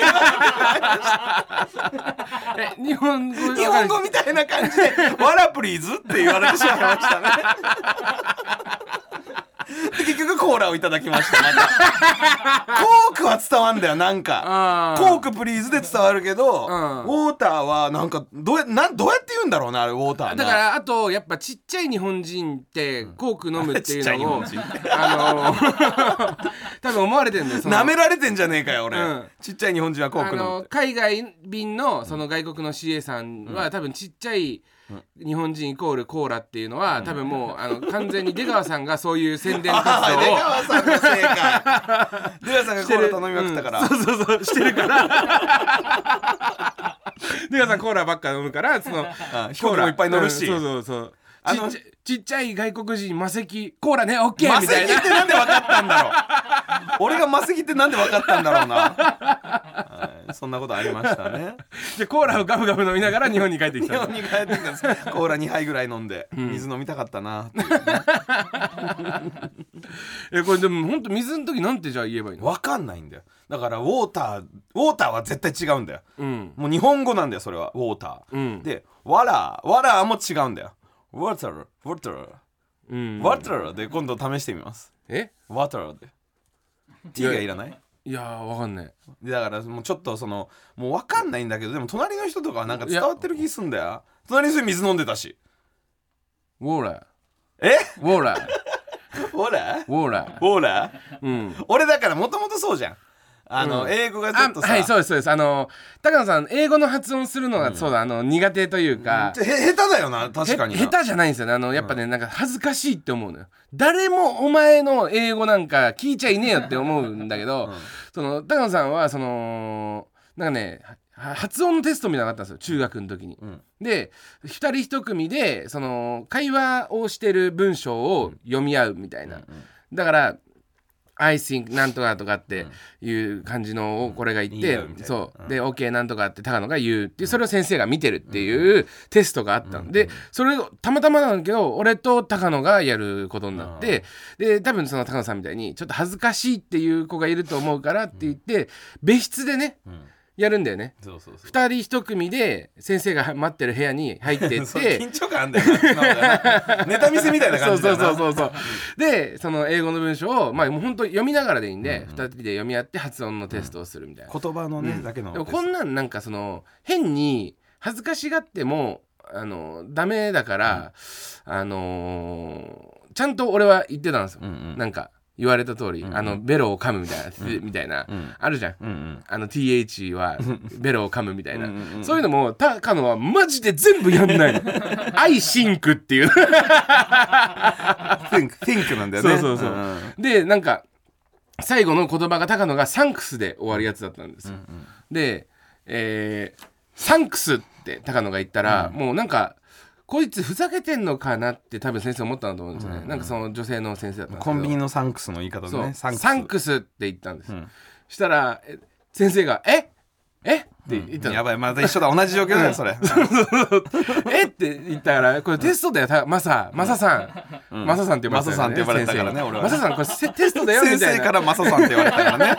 Speaker 2: え日本語でわかる
Speaker 3: 日本語みたいな感じで「わらプリーズ」って言われてしまいました ねで結局コーラをいただきましたまたコークは伝わんだよなんか
Speaker 2: あー
Speaker 3: コークプリーズで伝わるけど、
Speaker 2: うん
Speaker 3: ウォーターはなんかどうやなんどうやって言うんだろうなあれウォーターな
Speaker 2: だからあとやっぱちっちゃい日本人ってコーク飲むっていうの を、
Speaker 3: ちっちゃい日本
Speaker 2: あの 多分思われてるんだよその
Speaker 3: なめられてんじゃねえかよ俺、
Speaker 2: うん
Speaker 3: ちっちゃい日本人はコー
Speaker 2: あ
Speaker 3: クの
Speaker 2: の海外便のその外国の CA さんは多分ちっちゃい日本人イコールコーラっていうのは多分もうあの完全に出川さんがそういう宣伝 活
Speaker 3: あ出
Speaker 2: 動を
Speaker 3: 川さんの正解 出川さんがコーラ頼みまくったから、
Speaker 2: そうそうそうしてるから出川さんコーラばっか飲むからその
Speaker 3: 飛行機もいっぱい乗るし
Speaker 2: うんそうそうそう
Speaker 3: あの
Speaker 2: ちっちゃちっちゃい外国人魔石コーラねオッケー
Speaker 3: マ
Speaker 2: み
Speaker 3: セ
Speaker 2: た
Speaker 3: キ
Speaker 2: い
Speaker 3: っ
Speaker 2: な
Speaker 3: てなんで分かったんだろう俺がマセキってなんで分かったんだろうな、はいそんなことありました ね
Speaker 2: でコーラをガブガブ飲みながら日本に帰ってき
Speaker 3: 日
Speaker 2: た
Speaker 3: 本に帰ってきたんですコーラ2杯ぐらい飲んで、水飲みたかったなっていう
Speaker 2: えこれでも本当水の時なんてじゃあ言えばいいの
Speaker 3: 分かんないんだよだからウォーターウォーターは絶対違うんだよ
Speaker 2: うん
Speaker 3: もう日本語なんだよそれはウォーター、
Speaker 2: うん
Speaker 3: でわらわらも違うんだよウォーターウォーター
Speaker 2: うん
Speaker 3: ウォーターで今度試してみます
Speaker 2: え
Speaker 3: ウォーターで T がいらない
Speaker 2: いやーわかんない
Speaker 3: でだからもうちょっとそのもう分かんないんだけどでも隣の人とかはなんか伝わってる気すんだよ隣の人水飲んでたし
Speaker 2: ウォーラ
Speaker 3: え
Speaker 2: ーウォーラー
Speaker 3: ほら
Speaker 2: ウォーラ
Speaker 3: ほら
Speaker 2: ーうん
Speaker 3: 俺だからもともとそうじゃんあの、
Speaker 2: うん
Speaker 3: 英語がちょ
Speaker 2: あ
Speaker 3: っとさ
Speaker 2: はいそうですそうですあの高野さん英語の発音するのがそうだ、あの苦手というか
Speaker 3: ちょへ下手だよな確かに
Speaker 2: へ
Speaker 3: な
Speaker 2: 下手じゃないんですよねあのやっぱね、なんか恥ずかしいって思うのよ誰もお前の英語なんか聞いちゃいねえよって思うんだけど、その高野さんはそのなんかねは発音のテストみたいなのがあったんですよ中学の時に。
Speaker 3: ん
Speaker 2: で2人1組でその会話をしてる文章を読み合うみたいな。だから「I think なんとか」とかっていう感じのをこれが言
Speaker 3: 言
Speaker 2: っ
Speaker 3: い
Speaker 2: て
Speaker 3: 合うみたいな
Speaker 2: そう
Speaker 3: うん
Speaker 2: で OK なんとかって高野が言うっていうそれを先生が見てるっていうテストがあったんでそれをたまたまなんだけど俺と高野がやることになってで多分その高野さんみたいにちょっと恥ずかしいっていう子がいると思うからって言って別室でね
Speaker 3: うん
Speaker 2: やるんだよね。
Speaker 3: そうそうそう
Speaker 2: 2人1組で先生が待ってる部屋に入って っ
Speaker 3: そう
Speaker 2: て
Speaker 3: 緊張感あんだよなネタ見せみたいな
Speaker 2: そ
Speaker 3: 感
Speaker 2: う
Speaker 3: じだ
Speaker 2: そ
Speaker 3: よ
Speaker 2: う
Speaker 3: な
Speaker 2: そうそうそうでその英語の文章をまあもう本当読みながらでいいんで、二人で読み合って発音のテストをするみたいな、
Speaker 3: 言葉のね、だけの
Speaker 2: でもこんなんなんかその変に恥ずかしがってもあのダメだから、あのーちゃんと俺は言ってたんですよ、
Speaker 3: うんうん
Speaker 2: なんか言われた通り、あのベロを噛むみたいな、みたいな、
Speaker 3: ん
Speaker 2: あるじゃん、
Speaker 3: うんうん
Speaker 2: あの TH は ベロを噛むみたいな
Speaker 3: うんうんうん
Speaker 2: そういうのも高野はマジで全部やん ないの「アイシンク」っていう
Speaker 3: think think なんだよね
Speaker 2: そうそうそうん
Speaker 3: ん
Speaker 2: でなんか最後の言葉が高野が「サンクス」で終わるやつだったんですよ、で、えーサンクス」って高野が言ったら、もうなんかこいつふざけてんのかなって多分先生思ったんだと思うんですよね、なんかその女性の先生だったんですけ
Speaker 3: コ
Speaker 2: ど
Speaker 3: ンビニのサンクスの言い方で
Speaker 2: そう、
Speaker 3: ね
Speaker 2: サン
Speaker 3: ス
Speaker 2: クスって言ったんです、
Speaker 3: ん
Speaker 2: したらえ先生が「ええって言ったの、
Speaker 3: やばいまた一緒だ同じ状況だよそ れ
Speaker 2: えって言ったからこれテストだよたマサマサさん、マサさんって呼ばれて
Speaker 3: マサ
Speaker 2: た
Speaker 3: さんって呼ばれてたからね
Speaker 2: 先
Speaker 3: 俺
Speaker 2: 生に
Speaker 3: はね
Speaker 2: マサさんこれせテストだよみた
Speaker 3: 先
Speaker 2: いな
Speaker 3: 生からマサさんって言われたからね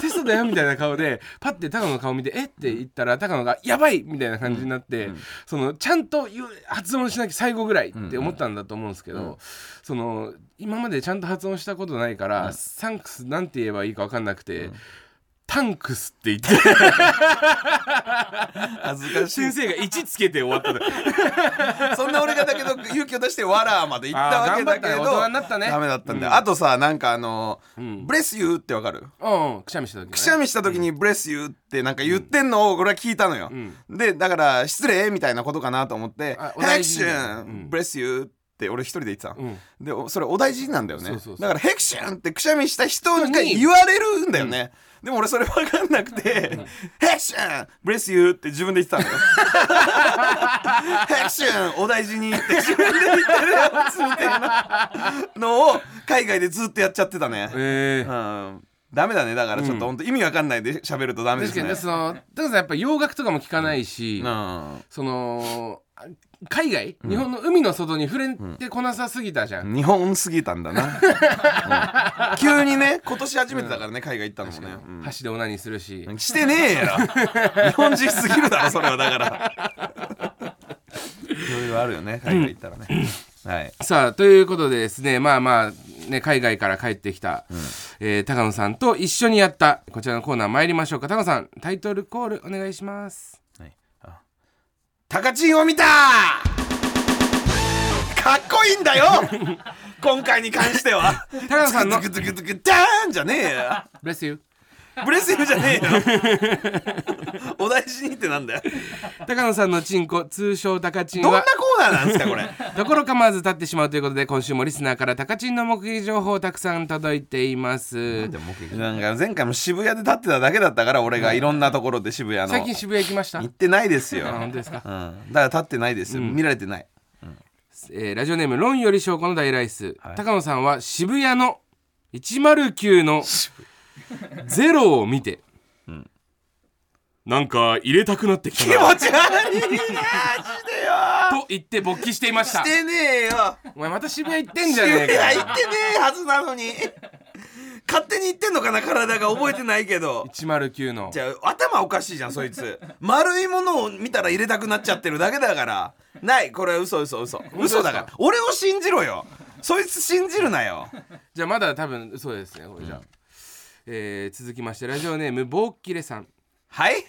Speaker 2: テストだよみたいな顔でパッて高野の顔見て「えっ?」て言ったら高野が「やばい!」みたいな感じになって、そのちゃんと言う発音しなきゃ最後ぐらいって思ったんだと思うんですけど、その今までちゃんと発音したことないから「サンクス」なんて言えばいいか分かんなくて「タンクス」って言って
Speaker 3: 恥ずかしい
Speaker 2: 先生が「1」つけて終わ ったの
Speaker 3: そんな俺がだけど勇気を出してわらまで行ったわけだけ
Speaker 2: あー
Speaker 3: ど
Speaker 2: 頑張ったね大人になったね
Speaker 3: ダメだったんだよあとさなんかあの
Speaker 2: ん
Speaker 3: ブレスユーってわかる
Speaker 2: うんうんくしゃみした時、ね、
Speaker 3: くしゃみした時にブレスユーってなんか言ってんのを俺は聞いたのよ
Speaker 2: ん
Speaker 3: でだから失礼みたいなことかなと思って
Speaker 2: あ
Speaker 3: 「
Speaker 2: お
Speaker 3: ヘ
Speaker 2: 大
Speaker 3: ク
Speaker 2: 事
Speaker 3: シ
Speaker 2: に
Speaker 3: ュ
Speaker 2: うん
Speaker 3: ンブレスユー」って俺一人で言ってたの
Speaker 2: うん
Speaker 3: でおそれお大事なんだよね
Speaker 2: そうそうそう
Speaker 3: だからヘクションってくしゃみした人が
Speaker 2: 人に
Speaker 3: 言われるんだよね、でも俺それ分かんなくて、ヘクションブレスユーって自分で言ってたのよヘクションお大事にって自分で言ってるやつみたいなのを海外でずっとやっちゃってたね、
Speaker 2: えー
Speaker 3: うんダメだねだからちょっと本当意味わかんないで喋るとダメで
Speaker 2: 確
Speaker 3: すね
Speaker 2: かにねその高野さんやっぱ洋楽とかも聞かないし、
Speaker 3: うん
Speaker 2: そのあ海外日本の海の外に触れてこなさすぎたじゃん、
Speaker 3: 日本すぎたんだな、うん急にね今年初めてだからね海外行ったのもね、うん
Speaker 2: 箸でオナニーするし、
Speaker 3: してねえよ日本人すぎるだろそれはだからいろいろあるよね海外行ったらね、はい
Speaker 2: さあということでですねまあまあね海外から帰ってきた、えー高野さんと一緒にやったこちらのコーナー参りましょうか高野さんタイトルコールお願いします
Speaker 3: タカチンを見たかっこいいんだよ今回に関しては
Speaker 2: 高野さんの
Speaker 3: グツグツグツグツダーンじゃねえよ
Speaker 2: Bless you
Speaker 3: ブレスユーじゃねえよお大事にってなんだよ
Speaker 2: 高野さんのチンコ通称タカチン
Speaker 3: どんな
Speaker 2: は
Speaker 3: コーナーなんですかこれ
Speaker 2: ところ構わず立ってしまうということで今週もリスナーからタカチンの目撃情報たくさん届いています
Speaker 3: なんか前回も渋谷で立ってただけだったから俺がいろんなところで渋谷の
Speaker 2: 最近渋谷行きました
Speaker 3: 行ってないですよ
Speaker 2: あ本当ですか
Speaker 3: うんだから立ってないですよ、見られてない
Speaker 2: えーラジオネーム論より証拠の大ライス、
Speaker 3: はい
Speaker 2: 高野さんは渋谷の109のゼロを見て、なんか入れたくなってき
Speaker 3: 気持
Speaker 2: たな
Speaker 3: ち悪いマ
Speaker 2: と言って勃起していまし
Speaker 3: ジ
Speaker 2: た
Speaker 3: でよしてねえよ
Speaker 2: お前また渋谷行ってんじゃ
Speaker 3: 渋
Speaker 2: ね
Speaker 3: 谷
Speaker 2: えか
Speaker 3: 行ってねえはずなのに勝手に行ってんのかな体が覚えてないけど
Speaker 2: 109の
Speaker 3: じゃあ頭おかしいじゃんそいつ丸いものを見たら入れたくなっちゃってるだけだからないこれは嘘嘘嘘嘘だから俺を信じろよそいつ信じるなよ
Speaker 2: じゃあまだ多分そうですねこれじゃあ、えー続きましてラジオネームボーッキレさん
Speaker 3: はい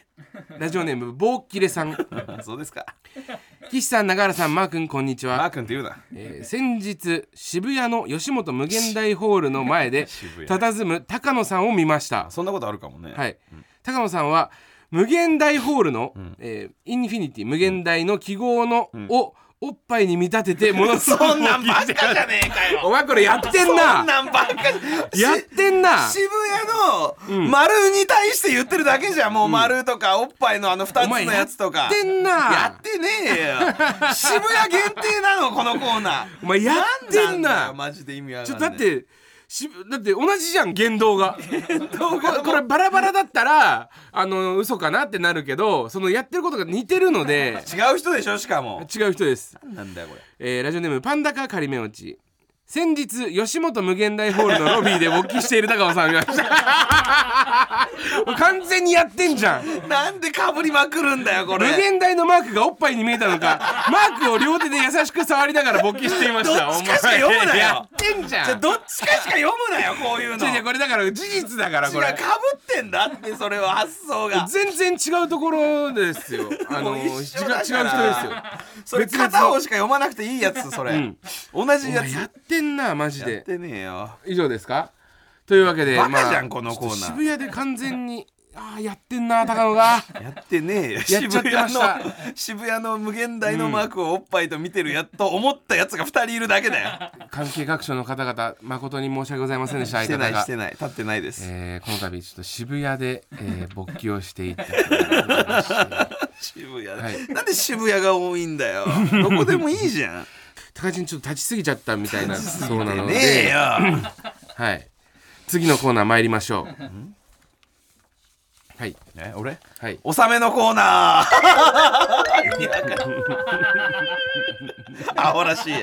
Speaker 2: ラジオネームボーッキレさん
Speaker 3: そうですか
Speaker 2: 岸さん永原さんマー君こんにちは
Speaker 3: マー君って言うな
Speaker 2: えー先日渋谷の吉本無限大ホールの前で
Speaker 3: 渋谷
Speaker 2: 佇む高野さんを見ました、
Speaker 3: そんなことあるかもね、
Speaker 2: はい、高野さんは無限大ホールの、えーインフィニティ無限大の記号の、をおっぱいに見立ててものすごく
Speaker 3: そんなんばっかじゃねえかよ
Speaker 2: お前これやってん
Speaker 3: そ
Speaker 2: なん
Speaker 3: なんばっか
Speaker 2: やってんな
Speaker 3: 渋谷の丸に対して言ってるだけじゃんもう丸とかおっぱいのあの2つ
Speaker 2: お
Speaker 3: の
Speaker 2: 前
Speaker 3: やつとか
Speaker 2: やってんな
Speaker 3: やってねえよ渋谷限定なのこのコーナー
Speaker 2: お前やってん
Speaker 3: んだよ
Speaker 2: な
Speaker 3: マジで意味わかん
Speaker 2: ち
Speaker 3: な
Speaker 2: ょ
Speaker 3: い
Speaker 2: だってしだって同じじゃん言 動が
Speaker 3: 動
Speaker 2: こ
Speaker 3: 画
Speaker 2: れ
Speaker 3: の
Speaker 2: これバラバラだったらあの嘘かなってなるけどそのやってることが似てるので
Speaker 3: 違う人でしょしかも
Speaker 2: 違う人です
Speaker 3: なんだよこれ
Speaker 2: えーラジオネームパンダカ仮面落ち先日吉本無限大ホールのロビーで勃起している高尾さんを見ましたもう完全にやってんじゃん
Speaker 3: なんでかぶりまくるんだよこ
Speaker 2: 無
Speaker 3: れ
Speaker 2: 限大のマークがおっぱいに見えたのかマークを両手で優しく触りながら勃起していました
Speaker 3: どっちかしか読むなよ
Speaker 2: お前やってんじゃん
Speaker 3: じゃあどっちかしか読むなよこういうの
Speaker 2: 違う違うこれだから事実だからこ
Speaker 3: 違う
Speaker 2: れ
Speaker 3: かぶってんだってそれは発想が
Speaker 2: 全然違うところで すよあの
Speaker 3: もう一緒
Speaker 2: 違う違う人
Speaker 3: だか
Speaker 2: ですよ
Speaker 3: らそれ
Speaker 2: 別々の
Speaker 3: 片方しか読まなくていいやつそれ、
Speaker 2: ん
Speaker 3: 同
Speaker 2: お
Speaker 3: じや
Speaker 2: 前
Speaker 3: つ
Speaker 2: やってんなマジ
Speaker 3: やっ
Speaker 2: で
Speaker 3: てねえよ
Speaker 2: 以上ですかというわけで
Speaker 3: バカじゃん
Speaker 2: まあ
Speaker 3: このコーナー
Speaker 2: ちょっと渋谷で完 全にああやってんな高野が
Speaker 3: やってねえよ
Speaker 2: やっちゃってました
Speaker 3: 渋谷の渋谷の無限大のマークをおっぱいと見てるやと思ったやつが2人いるだけだよ、
Speaker 2: 関係各所の方々誠に申し訳ございませんでした
Speaker 3: してないし
Speaker 2: 相方
Speaker 3: て
Speaker 2: が
Speaker 3: ない立ってないです、
Speaker 2: えーこの度ちょっと渋谷で、えー、勃起をしていったということでございまして
Speaker 3: 渋谷、
Speaker 2: はい
Speaker 3: なんで渋谷が多いんだ よどこでもいいじゃん
Speaker 2: 高知にちょっと立ちすぎちゃったみたいなそうなので
Speaker 3: ねえよ
Speaker 2: はい次のコーナー参りましょうはい
Speaker 3: え俺
Speaker 2: はい
Speaker 3: 納めのコーナー 明らかに青らしい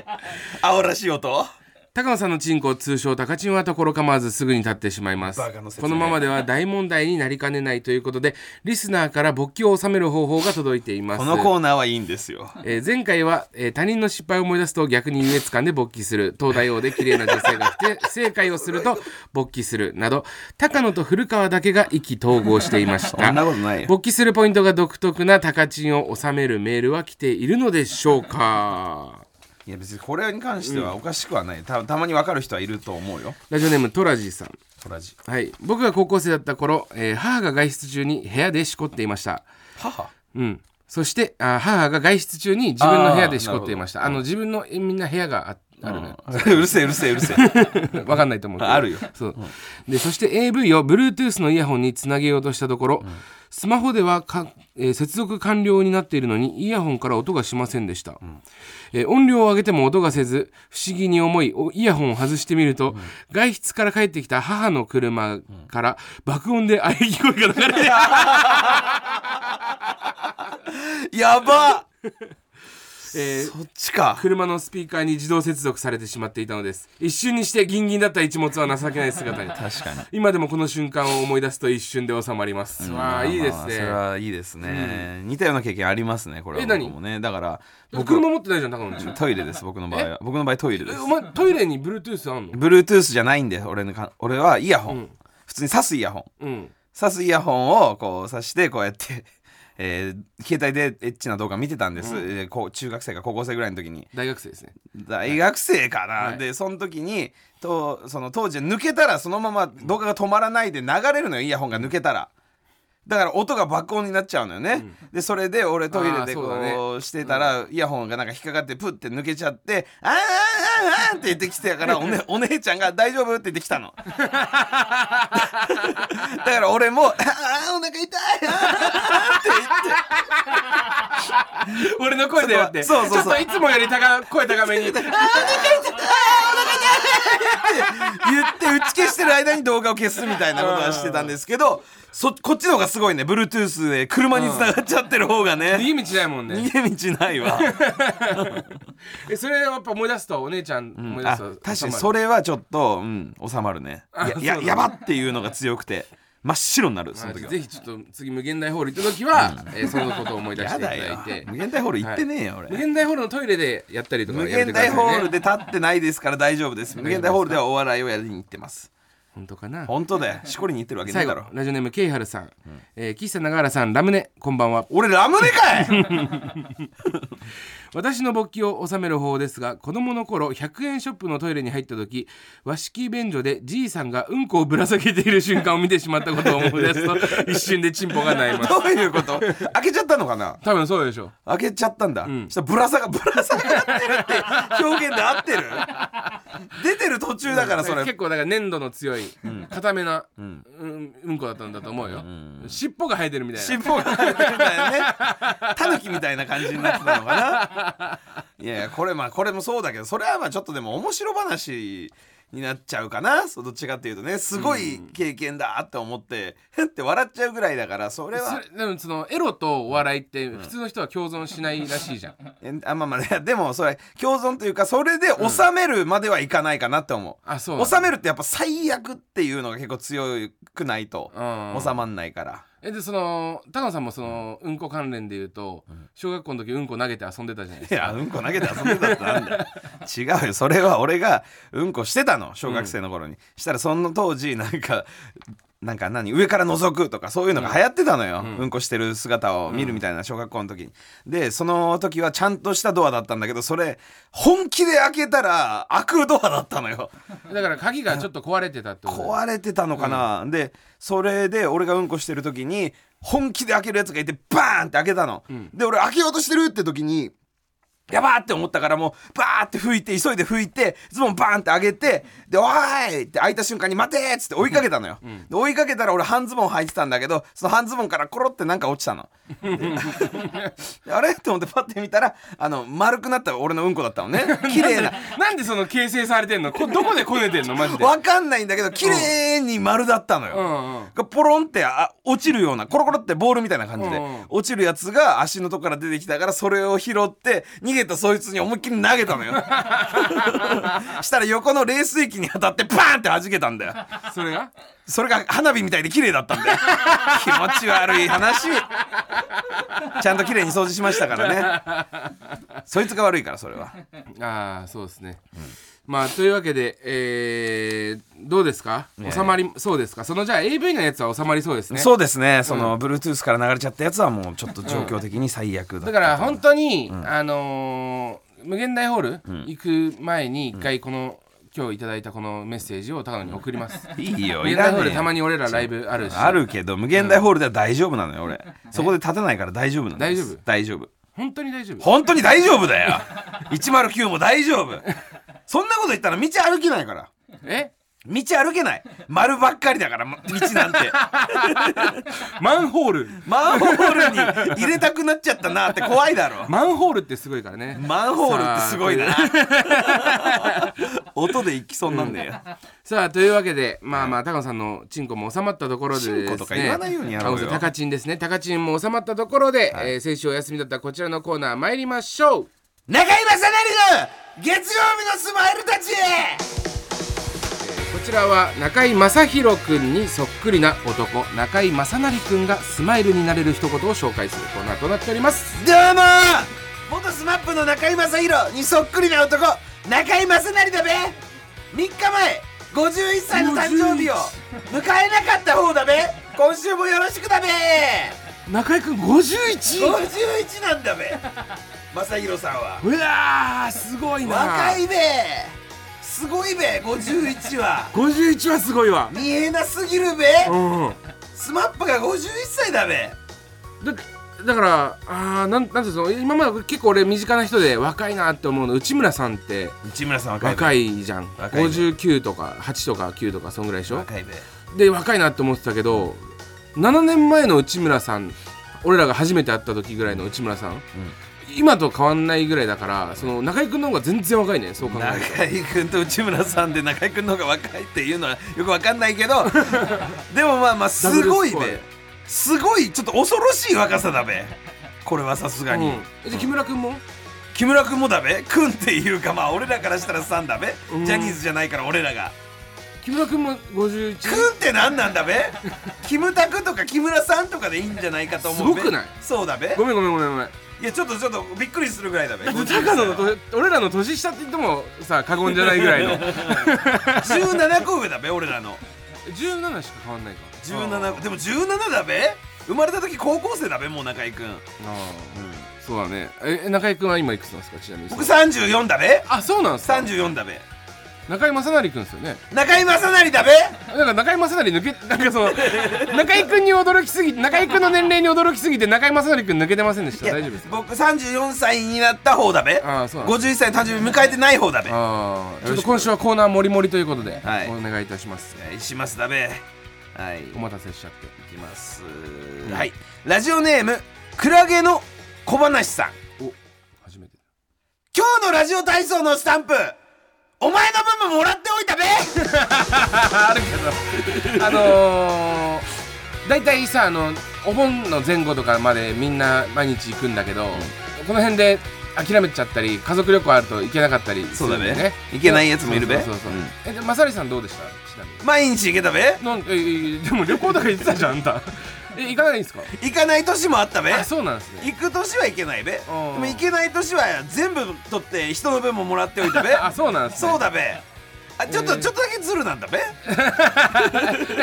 Speaker 3: 青らしい音
Speaker 2: 高野さんのチンコ通称高チンはところ構わずすぐに立ってしまいます
Speaker 3: バカの説明
Speaker 2: このままでは大問題になりかねないということでリスナーから勃起を収める方法が届いています
Speaker 3: このコーナーはいいんですよ
Speaker 2: えー前回は、えー他人の失敗を思い出すと逆に優越感で勃起する東大王で綺麗な女性が来て 不正解をすると勃起するなど高野と古川だけが意気投合していまし
Speaker 3: そんな
Speaker 2: た
Speaker 3: ことないよ
Speaker 2: 勃起するポイントが独特な高チンを収めるメールは来ているのでしょうか
Speaker 3: いや別にこれに関してはおかしくはないたたまに分かる人はいると思うよ
Speaker 2: ラジオネームトラジーさん
Speaker 3: トラジ
Speaker 2: はい、僕が高校生だった頃、えー母が外出中に部屋でしこっていました、
Speaker 3: 母
Speaker 2: うん、そしてあー母が外出中に自分の部屋でしこっていましたあの自分のえみんな部屋がああ るのよ、
Speaker 3: うるせえうるせえう るせえ
Speaker 2: わかんないと思うけど
Speaker 3: あるよ
Speaker 2: そう、でそして AV を Bluetooth のイヤホンにつなげようとしたところ、スマホではか、えー接続完了になっているのにイヤホンから音がしませんでした、えー音量を上げても音がせず不思議に思いおイヤホンを外してみると、外出から帰ってきた母の車から爆音で喘ぎ声が流れ て
Speaker 3: やば
Speaker 2: えー
Speaker 3: そっちか
Speaker 2: 車のスピーカーに自動接続されてしまっていたのです一瞬にしてギンギンだった一物は情けない姿 に
Speaker 3: 確かに
Speaker 2: 今でもこの瞬間を思い出すと一瞬で収まります、わあいいです
Speaker 3: そ
Speaker 2: ね
Speaker 3: れはいいですね似たような経験ありますねこれは
Speaker 2: え何
Speaker 3: 僕もねだから僕
Speaker 2: 車持ってないじゃん高野ちゃん
Speaker 3: トイレです僕の場合は僕の場合トイレで
Speaker 2: え
Speaker 3: す
Speaker 2: お前トイレに Bluetooth あんの
Speaker 3: Bluetooth じゃないんで俺のか俺はイヤホン、
Speaker 2: うん
Speaker 3: 普通に挿すイヤホン
Speaker 2: うん
Speaker 3: 挿すイヤホンをこう挿してこうやって、えー携帯でエッチな動画見てたんです、えーこう中学生か高校生ぐらいの時に
Speaker 2: 大学生ですね
Speaker 3: 大学生かな、
Speaker 2: はい
Speaker 3: でその時にとその当時抜けたらそのまま動画が止まらないで流れるのよイヤホンが抜けたら。だから音が爆音になっちゃうのよね、でそれで俺トイレで
Speaker 2: あーそうだ
Speaker 3: こ
Speaker 2: ね
Speaker 3: うしてたら、イヤホンがなんか引っかかってプッて抜けちゃって「あーあーあーあーって言ってきてた からお,、ね、お姉ちゃんが「大丈夫?」って言ってきたのだから俺も「あーあーお腹痛いあーあーあー」って言って
Speaker 2: 俺の声でやって
Speaker 3: そうそうそう
Speaker 2: ちょっといつもより高声高めに
Speaker 3: 言って打ち消してる間に動画を消すみたいなことはしてたんですけどそこっちの方がすごいね Bluetooth で車に繋がっちゃってる方が
Speaker 2: 逃
Speaker 3: ね
Speaker 2: げ道ないもんね
Speaker 3: 逃げ道ないわ
Speaker 2: えそれをやっぱ思い出すとお姉ちゃん思い出
Speaker 3: あ
Speaker 2: すと、
Speaker 3: 確かにそ
Speaker 2: れ
Speaker 3: れはちょっと、うん、収まるね
Speaker 2: あ
Speaker 3: や
Speaker 2: そ
Speaker 3: や
Speaker 2: うだね
Speaker 3: やばっていうのが強くて真っ白になるその時は
Speaker 2: ぜひちょっと次無限大ホール行った時は、えーそのことを思い出して
Speaker 3: や
Speaker 2: いた
Speaker 3: だ
Speaker 2: だい
Speaker 3: よ
Speaker 2: て
Speaker 3: 無限大ホール行ってねえよ、
Speaker 2: 無
Speaker 3: 俺
Speaker 2: 限大ホールのトイレでやったりとか
Speaker 3: 無
Speaker 2: や
Speaker 3: 限
Speaker 2: めてくださ
Speaker 3: 大
Speaker 2: い、ね、
Speaker 3: ホールで立ってないですから大丈夫です無限大ホールではお笑いをやりに行ってます
Speaker 2: 本当かな
Speaker 3: 本当だよしこりに行ってるわけねえ
Speaker 2: 最
Speaker 3: だ
Speaker 2: 後
Speaker 3: ろ
Speaker 2: ラジオネームケイハルさん、えー、岸さん永原さんラムネこんばんは
Speaker 3: 俺ラムネかい
Speaker 2: 私の勃起を収める方法ですが子供の頃100円ショップのトイレに入った時和式便所でじいさんがうんこをぶら下げている瞬間を見てしまったことを思い出す と一瞬でチンポが鳴います
Speaker 3: どういうこと開けちゃったのかな
Speaker 2: 多分そうでしょ
Speaker 3: 開けちゃったんだ、そしたらぶら下が ぶら下がってるって表現で合ってる出てる途中だからそれ
Speaker 2: 結構だから粘土の強い固めなうんうんこだったんだと思うよ尻尾が生えてるみたい
Speaker 3: 尻
Speaker 2: な
Speaker 3: 尾が生えてるみたいなねタヌキみたいな感じになってたのかないやいやこれまあこれもそうだけどそれはまあちょっとでも面白話になっちゃうかなそうどっちかっていうとねすごい経験だって思ってへって笑っちゃうぐらいだからそれは
Speaker 2: それでもそのエロとお笑いって普通の人は共存しないらしいじゃん
Speaker 3: えあまあまあいやでもそれ共存というかそれで収めるまではいかないかなって思う、
Speaker 2: あそうなんだ
Speaker 3: 収めるってやっぱ最悪っていうのが結構強くないと
Speaker 2: うん
Speaker 3: 収まんないから。
Speaker 2: えでその高野さんもそのうんこ関連で言うと小学校の時うんこ投げて遊んでたじゃないです
Speaker 3: い
Speaker 2: か
Speaker 3: やうんこ投げて遊んでたってなんだよ違うよそれは俺がうんこしてたの小学生の頃に、したらその当時なんかなんか何上から覗くとかそういうのが流行ってたのよ、うん、こしてる姿を見るみたいな小学校の時にでその時はちゃんとしたドアだったんだけどそれ本気で開けたら開くドアだったのよ
Speaker 2: だから鍵がちょっと壊れてたって こと
Speaker 3: 壊れてたのかな、でそれで俺がうんこしてる時に本気で開けるやつがいてバーンって開けたの、で俺開けようとしてるって時にやばーって思ったからもうバーって拭いて急いで拭いてズボンバーンって上げてで「おーい!」って開いた瞬間に「待て!」っつって追いかけたのよ、で追いかけたら俺半ズボン履いてたんだけどその半ズボンからコロってなんか落ちた のであれって思ってパッて見たらあの丸くなった俺のうんこだったのね綺麗な
Speaker 2: なんでその形成されてんのこどこでこねてんのマジで、
Speaker 3: わかんないんだけど綺麗に丸だったのよ、
Speaker 2: うんうん、
Speaker 3: がポロンってあ落ちるようなコロコロってボールみたいな感じで、
Speaker 2: うんうん
Speaker 3: 落ちるやつが足のとこから出てきたからそれを拾って逃げたそいつに思いっきり投げた のよしたら横の冷水器に当たってバーンって弾けたんだよ
Speaker 2: それが
Speaker 3: それが花火みたいで綺麗だったんだよ気持ち悪い話ちゃんと綺麗に掃除しましたからねそいつが悪いからそれは
Speaker 2: ああそうですね、まあというわけで、えーどうですか
Speaker 3: や
Speaker 2: 収まりそうですかそのじゃあ AV のやつは収まりそうですね
Speaker 3: そうですねその、Bluetooth から流れちゃったやつはもうちょっと状況的に最悪だ
Speaker 2: だ
Speaker 3: った
Speaker 2: から本当に、あのー無限大ホール行く前に一回この、今日いただいたこのメッセージを高野に送ります
Speaker 3: いいよ
Speaker 2: 無限大ホールたまに俺らライブあるし
Speaker 3: あるけど無限大ホールでは大丈夫なのよ俺そこで立たないから大丈夫なの
Speaker 2: 大丈夫
Speaker 3: 大丈夫
Speaker 2: 本当に大丈夫
Speaker 3: 本当に大丈夫だよ109も大丈夫そんなこと言ったら道歩けないから
Speaker 2: え
Speaker 3: 道歩けない丸ばっかりだからま道なんて
Speaker 2: マンホール
Speaker 3: マンホールに入れたくなっちゃったなって怖いだろ
Speaker 2: マンホールってすごいからね
Speaker 3: マンホールってすごいな音でいきそうになんねよ、
Speaker 2: さあというわけでまあまあ高野さんのチンコも収まったところでですね
Speaker 3: チンコとか言わないようにやろうよ
Speaker 2: 高野さんタカチンですねタカチンも収まったところで、えー先週お休みだったこちらのコーナー参りましょう
Speaker 3: 中居正成の月曜日のスマイルたちへ
Speaker 2: こちらは中井正広くんにそっくりな男中井正成くんがスマイルになれる一言を紹介するコーナーとなっております
Speaker 3: どうも元スマップの中居正広にそっくりな男中居正成だべ3日前51歳の誕生日を迎えなかった方だべ今週もよろしくだべ
Speaker 2: 中井くん 51!
Speaker 3: 51なんだべ正広さんは
Speaker 2: うわーすごいな
Speaker 3: 若いべすごいべ51は
Speaker 2: 51はすごいわ
Speaker 3: 見えなすぎるべ
Speaker 2: うん
Speaker 3: スマップが51歳だべ
Speaker 2: だだからあーなんなんていうの今まで結構俺身近な人で若いなって思うの内村さんって
Speaker 3: 内村さん
Speaker 2: 若いじゃん
Speaker 3: 若いね
Speaker 2: 59とか8とか9とかそんぐらいでしょ
Speaker 3: 若いべ
Speaker 2: で若いなって思ってたけど7年前の内村さん俺らが初めて会った時ぐらいの内村さん、今と変わんないぐらいだからその中居君の方が全然若いねそう考える
Speaker 3: 中居君と内村さんで中居君の方が若いっていうのはよくわかんないけどでもまあまあすごい
Speaker 2: ダブル
Speaker 3: べすごいちょっと恐ろしい若さだべこれはさす
Speaker 2: と
Speaker 3: がに、
Speaker 2: うん、で木村君も
Speaker 3: 木村君もだべ君っていうかまあ俺らからしたらさんだべ、
Speaker 2: うん
Speaker 3: ジャニーズじゃないから俺らが
Speaker 2: 木村君も51
Speaker 3: 君って何なんだべキムタクとか木村さんとかでいいんじゃないかと思うべ
Speaker 2: すごくない
Speaker 3: そうだべ
Speaker 2: ごめんごめんごめんごめん
Speaker 3: いやちょっとちょっとびっくりするぐらいだべ
Speaker 2: だって高野のと俺らの年下って言ってもさ過言じゃないぐらいの
Speaker 3: 17個上だべ俺らの
Speaker 2: 17しか変わんないか
Speaker 3: 17個でも17だべ生まれた時高校生だべもう中居君
Speaker 2: ああ、そうだねえ中居君は今いくつなんですかちなみに
Speaker 3: 僕34だべ
Speaker 2: あそうなんですか
Speaker 3: 34だべ
Speaker 2: 中居正成君ですよね
Speaker 3: 中居正成だべ
Speaker 2: なんか中居正成抜けなん かその中居君に驚きすぎて中居君の年齢に驚きすぎて中居正成君抜けてませんでした大丈夫ですか
Speaker 3: 僕34歳になった方だべ
Speaker 2: ああそうなんです
Speaker 3: 51歳の誕生日迎えてない方だべ
Speaker 2: ああち
Speaker 3: よろ
Speaker 2: ょっ
Speaker 3: し
Speaker 2: と
Speaker 3: く
Speaker 2: 今週はコーナーもりもりということで、
Speaker 3: はい
Speaker 2: お願いいたします
Speaker 3: お願いしますだべはい
Speaker 2: お待たせしちゃって
Speaker 3: いきます、はいラジオネームクラゲの小話さん
Speaker 2: お初めて
Speaker 3: 今日のラジオ体操のスタンプお前の分ももらっておいたべ
Speaker 2: あのー、大体さあのお盆の前後とかまでみんな毎日行くんだけど、この辺で諦めちゃったり家族旅行あると行けなかったりするんだよ
Speaker 3: そうだね行けないやつもいるべ
Speaker 2: そうそうそうそう
Speaker 3: うん
Speaker 2: えでマサリさんどうでしたちなみに
Speaker 3: 毎日行けたべ
Speaker 2: なんええでも旅行とか行ってたじゃんあんた え行かないんですか
Speaker 3: 行かない年もあったべ
Speaker 2: あそうなんですね
Speaker 3: 行く年は行けないべで
Speaker 2: うん
Speaker 3: も行けない年は全部取って人の分ももらっておいたべ
Speaker 2: あそうなんですね
Speaker 3: そうだべあちょっと、
Speaker 2: えー
Speaker 3: ちょっとだけズルなんだべ
Speaker 2: え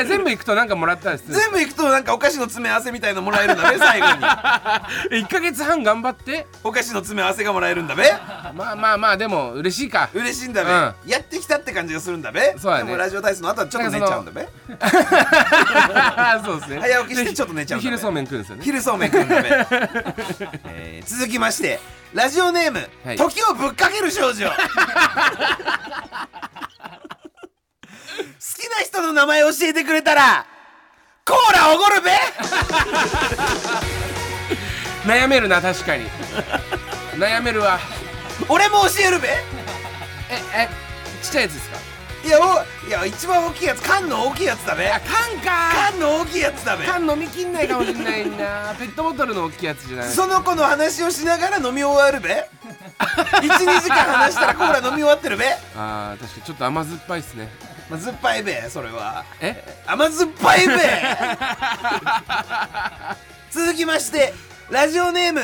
Speaker 2: 全部行くとなんかもらったんですね
Speaker 3: 全部行くとなんかお菓子の詰め合わせみたいのもらえるんだべ最 後に
Speaker 2: え1か月半頑張って
Speaker 3: お菓子の詰め合わせがもらえるんだべ
Speaker 2: まあまあまあでも嬉しいか
Speaker 3: 嬉しいんだべ、やってきたって感じがするんだべ
Speaker 2: そうだね
Speaker 3: でもラジオ体操の後はちょっと寝ちゃうんだべ
Speaker 2: そうですね
Speaker 3: 早起きしてちょっと寝ちゃうんだね
Speaker 2: で昼そうめん食うんですよね
Speaker 3: 昼そうめんくん だべ、えー続きましてラジオネーム、
Speaker 2: はい
Speaker 3: 時をぶっかける少女好きな人の名前教えてくれたらコーラおごるべ
Speaker 2: 悩めるな確かに悩めるわ
Speaker 3: 俺も教えるべ
Speaker 2: ええちっちゃいやつですか
Speaker 3: いやおいや一番大きいやつ缶の大きいやつだべ
Speaker 2: あ缶か
Speaker 3: 缶の大きいやつだべ
Speaker 2: 缶飲みきんないかもしんないなペットボトルの大きいやつじゃない
Speaker 3: その子の話をしながら飲み終わるべ12時間話したらコーラ飲み終わってるべ、
Speaker 2: あー確かにちょっと甘酸っぱいっすね
Speaker 3: まあ、酸っぱいべそれは
Speaker 2: え
Speaker 3: 甘酸っぱ いべ続きましてラジオネーム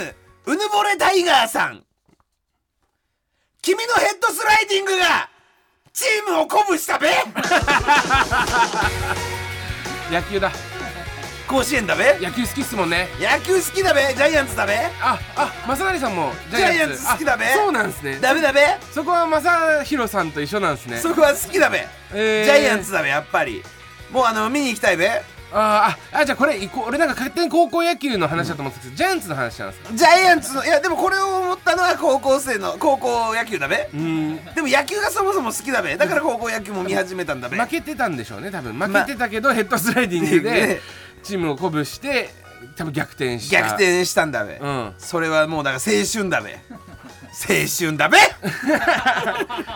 Speaker 3: うぬぼれタイガーさん君のヘッドスライディングがチームを鼓舞したべ
Speaker 2: 野球だ
Speaker 3: 甲子園だべ
Speaker 2: 野球好きっすもんね
Speaker 3: 野球好きだべジャイアンツだべ
Speaker 2: ああ正成さんもジャイアンツ
Speaker 3: ジャイアンツ好きだべ
Speaker 2: あそうなんですね
Speaker 3: ダメだべ
Speaker 2: そこは正宏さんと一緒なんですね
Speaker 3: そこは好きだべ、
Speaker 2: えー
Speaker 3: ジャイアンツだべやっぱりもうあの見に行きたいべ
Speaker 2: あーああじゃあこれいこ俺なんか勝手に高校野球の話だと思ってたけど、ジャイアンツの話なんですか
Speaker 3: ジャイアンツのいやでもこれを思ったのは高校生の高校野球だべ
Speaker 2: うーん
Speaker 3: でも野球がそもそも好きだべだから高校野球も見始めたんだべ
Speaker 2: 負けてたんでしょうね多分負けてたけど、ヘッドスライディング
Speaker 3: ね
Speaker 2: でチームを鼓舞して多分逆転した
Speaker 3: 逆転したんだべ、
Speaker 2: うん
Speaker 3: それはもうだから青春だべ青春 だべ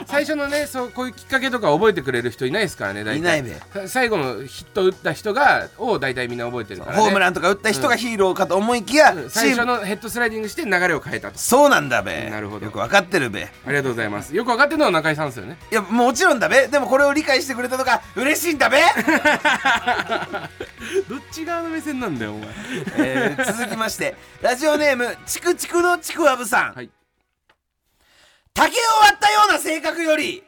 Speaker 2: 最初のねそうこういうきっかけとか覚えてくれる人いないですからね大体
Speaker 3: いないね
Speaker 2: さ最後のヒット打った人がを大体みんな覚えてるから、ね、
Speaker 3: ホームラ
Speaker 2: ン
Speaker 3: ンとか打った人がヒーローかと思いきや、チ
Speaker 2: 最
Speaker 3: ー
Speaker 2: 初
Speaker 3: ム
Speaker 2: のヘッドスライディングして流れを変えたと
Speaker 3: そうなんだべ
Speaker 2: なるほど
Speaker 3: よくわかってるべ
Speaker 2: ありがとうございますよく分かってるのは中井さんですよね
Speaker 3: いやもちろんだべでもこれを理解してくれたのが嬉しいんだべ、
Speaker 2: どっち側の目線なんだよお前
Speaker 3: えー続きましてラジオネームチクチクのちくわぶさん、
Speaker 2: はい
Speaker 3: 竹を割ったような性格より